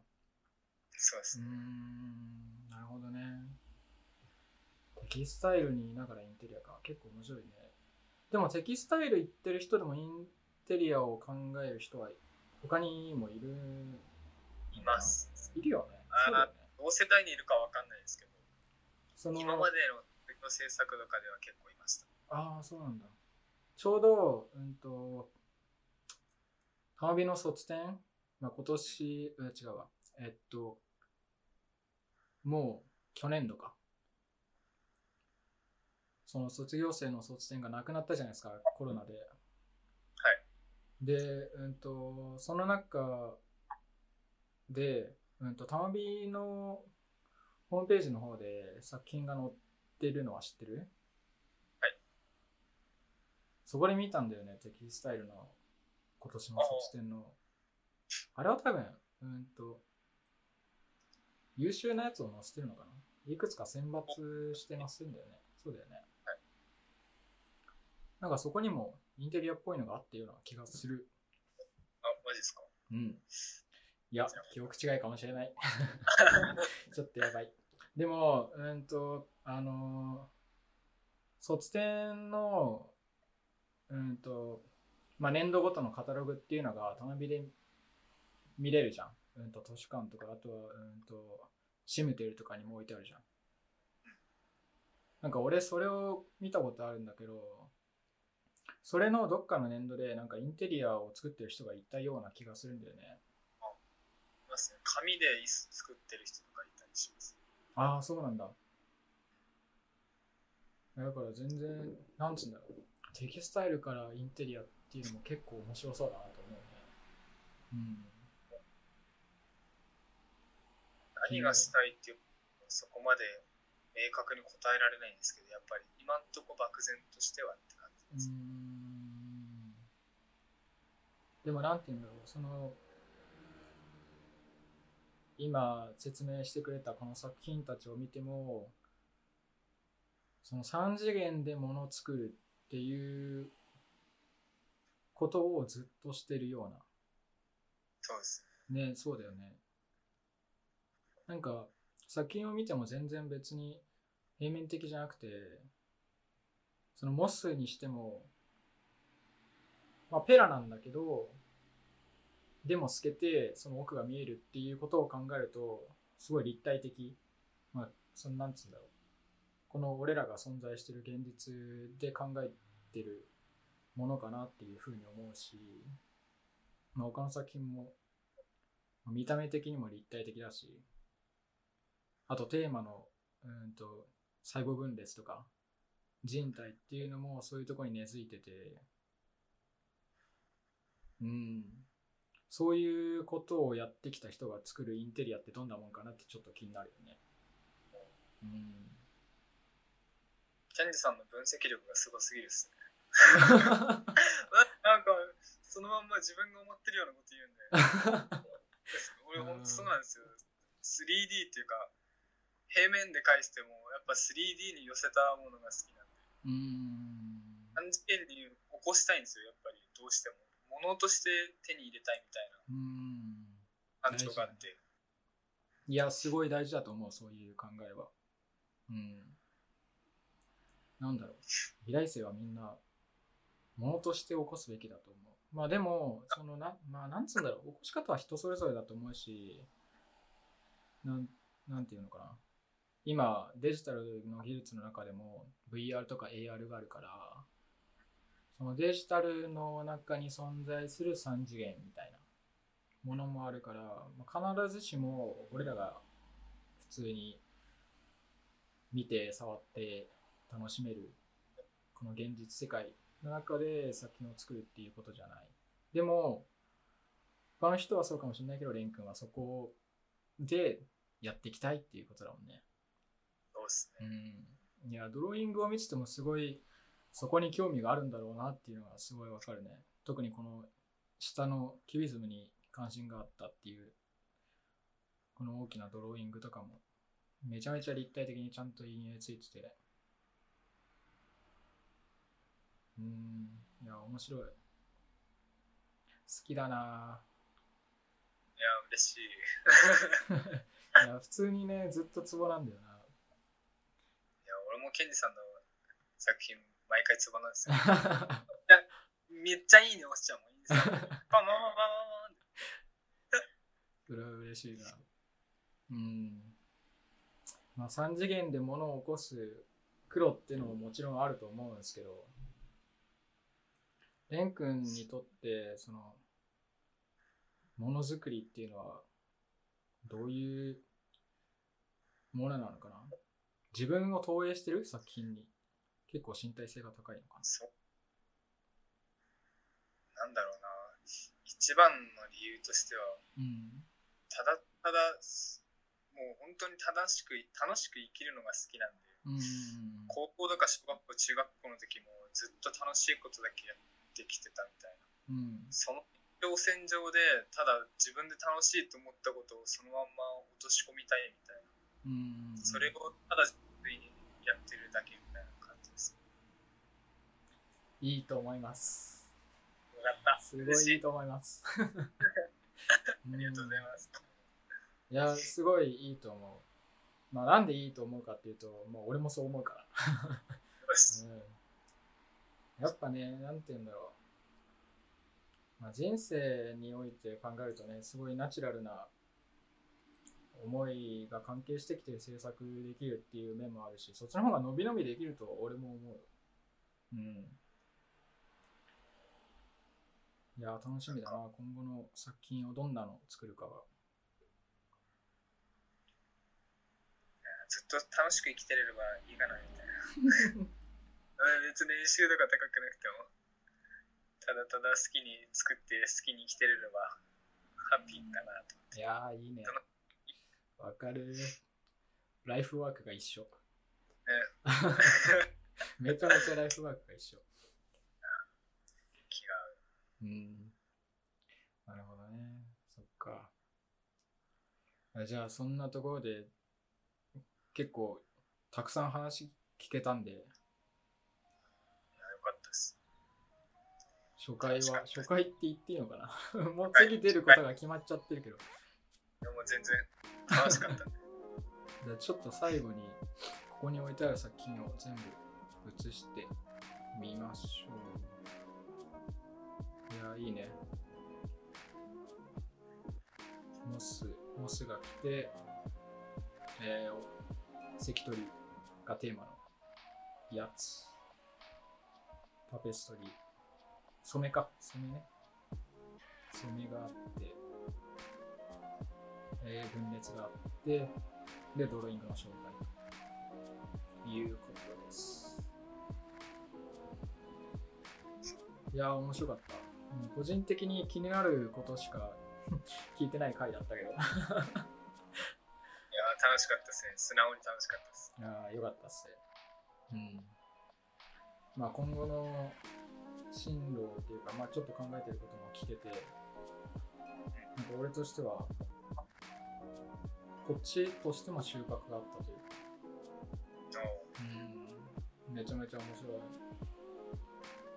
そうでうすーね。んなるほどね。テキスタイルにいながらインテリアか。結構面白いね。でもテキスタイル行ってる人でもインテリアを考える人は他にもいる。います。いるよね。あーそうだよね。同世代にいるかわかんないですけど、その今までの時の制作とかでは結構いました。。ああ、そうなんだ。ちょうど、うんと、花火の卒展、まあ、今年、うん違うわ。えっと、もう去年度か。その卒業生の卒展がなくなったじゃないですか、コロナで。はいで、うんと、その中で、うんと、玉火のホームページの方で作品が載ってるのは知ってるはい。そこで見たんだよね、テキスタイルの今年の卒展の。あれは多分、うーんと、優秀なやつを載せてるのかないくつか選抜して載せてんだよね。そうだよね。はい。なんかそこにもインテリアっぽいのがあったような気がする。あ、マジですかうん。いや、記憶違いかもしれない。 ちょっとやばい。でも、うんと、あのー卒展の、うんと、まあ、年度ごとのカタログっていうのが、たまびで見れるじゃん。うんと、図書館とか、あとは、うんと、シムテルとかにも置いてあるじゃん。なんか俺、それを見たことあるんだけど、それのどっかの年度で、なんかインテリアを作ってる人がいたような気がするんだよね。いますね。紙で椅子作ってる人とかいたりします。ああ、そうなんだ。だから全然、なんつうんだろう。テキスタイルからインテリアっていうのも結構面白そうだなと思うね。うん。何がしたいっていう、そこまで明確に答えられないんですけど、やっぱり今んとこ漠然としてはって感じうーんでです。もなんていうんだろうその今説明してくれたこの作品たちを見てもその3次元でものを作るっていうことをずっとしてるようなそうですね。ねそうだよねなんか作品を見ても全然別に平面的じゃなくてそのモスにしてもまあペラなんだけどでも透けてその奥が見えるっていうことを考えるとすごい立体的まあそのなんつうんだろうこの俺らが存在してる現実で考えてるものかなっていうふうに思うし、まあ、他の作品も見た目的にも立体的だし、あとテーマの、うーんと、細胞分裂とか、人体っていうのもそういうところに根付いてて、うん、そういうことをやってきた人が作るインテリアってどんなもんかなってちょっと気になるよね。うん。キャンディさんの分析力がすごすぎるですね。ななんか、そのまんま自分が思ってるようなこと言うんで。俺ほんとそうなんですよ 3D っていうか平面で返してもやっぱ 3D に寄せたものが好きなんでうん。 3次元に起こしたいんですよやっぱりどうしても物として手に入れたいみたいうん。な感情があっていや、すごい大事だと思う、そういう考えは。うん。なんだろう。美大生はみんな、ものとして起こすべきだと思う。まあでも、そのな、まあなんつうんだろう、起こし方は人それぞれだと思うし、なん、なんていうのかな。今、デジタルの技術の中でも VR とか AR があるから、そのデジタルの中に存在する3次元みたいなものもあるから、まあ、必ずしも俺らが普通に見て触って楽しめるこの現実世界の中で作品を作るっていうことじゃないでも他の人はそうかもしれないけど蓮くんはそこでやっていきたいっていうことだもんねそうですねうんいやドローイングを見ててもすごいそこに興味があるんだろうなっていうのがすごいわかるね特にこの下のキュビズムに関心があったっていうこの大きなドローイングとかもめちゃめちゃ立体的にちゃんと陰影ついててうんいや面白い好きだないや嬉しいいぁ いや普通にねずっとツボなんだよなや俺もケンジさんの作品毎回ツボなんですよめっちゃいいね押しちゃうもんいいんですよパンパンパンパンパンってそれは嬉しいな。うん。まあ、3次元で物を起こす苦労っていうのももちろんあると思うんですけど、レン君にとって、その、ものづくりっていうのは、どういうものなのかな自分を投影してる作品に。結構身体性が高いのかそう。なんだろうな。一番の理由としては、なうん。ただただ、もう本当に正しく楽しく生きるのが好きなんでうん高校とか小学校中学校の時もずっと楽しいことだけやってきてたみたいなうんその挑戦上でただ自分で楽しいと思ったことをそのまんま落とし込みたいみたいなうんそれをただ自分にやってるだけみたいな感じですいいと思います。よかったあすごいいいと思い ます。ありがとうございまます、すいやすごいいいと思うまあなんでいいと思うかっていうともう俺もそう思うからよしうんやっぱね、なんて言うんだろう。まあ、人生において考えるとね、すごいナチュラルな思いが関係してきて制作できるっていう面もあるし、そっちの方が伸び伸びできると俺も思うよ。うん。いや、楽しみだな。今後の作品をどんなのを作るかは。ずっと楽しく生きてればいいかなみたいな別に練習とか高くなくてもただただ好きに作って好きに生きてればハッピーかなといやー、いいね。わかる。ライフワークが一緒。めちゃめちゃライフワークが一緒。気が合ううん。なるほどね。そっか。あじゃあ、そんなところで、結構、たくさん話聞けたんで、あよかったです初回確かは、に初回って言っていいのかな もう次出ることが決まっちゃってるけど。いやもう全然楽しか ったんでじゃあ、ちょっと最後に、ここに置いてある作品を全部映してみましょう。いや、いいね。モス、モスが来て、えー、関取がテーマのやつ。タペストリー。染めか、染めね。染めがあって、えー、分裂があって、で、ドローイングの紹介ということです。いやー、面白かった。うん個人的に気になることしか 聞いてない回だったけど、 いや楽しかったですね素直に楽しかったですいやーよかったっすね。うん。まあ、今後の進路っていうか、まあ、ちょっと考えてることも聞けて、なんか俺としては、こっちとしても収穫があったというかおううんめちゃめちゃ面白い。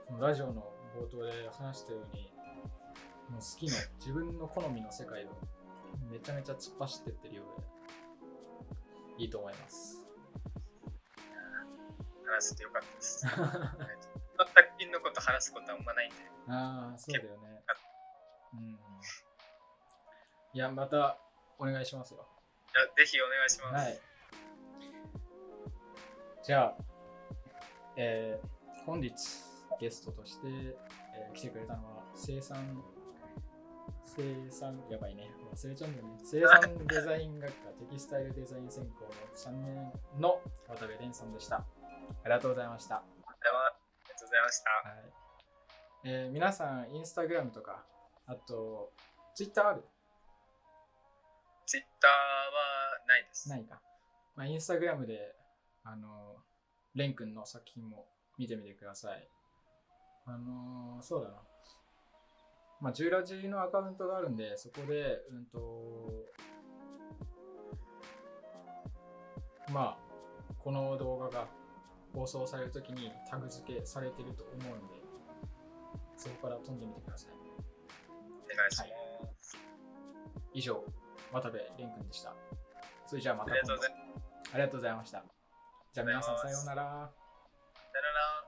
そのラジオの冒頭で話したように、もう好きな自分の好みの世界をめちゃめちゃ突っ走ってってるようで、いいと思います。 話せてよかったで すはい作品のこと話すことはあんまないんでああ、そうだよね。うん。いや、またお願いしますよ。じゃあぜひお願いします、はい。じゃあ、えー本日ゲストとして、えー来てくれたのは生産生産やばいね忘れちゃうんだよね生産デザイン学科テキスタイルデザイン専攻3年の渡部蓮さんでした。ありがとうございました。ではありがとうございましたはいえー皆さん、インスタグラムとか、あと、ツイッターあるツイッターはないですないか。まあ、インスタグラムで、あの、レン君の作品も見てみてください。あのーそうだな。まあ、ジュラジのアカウントがあるんで、そこで、うんと、まあ、この動画が放送されるときにタグ付けされてると思うんで、そこから飛んでみてください。お願いします、以上、渡部蓮君でした。それじゃあまあたりがとう今ご度ざいま。すありがとうございました。じゃあ皆さんあさりがよとうごうざなら。さよなら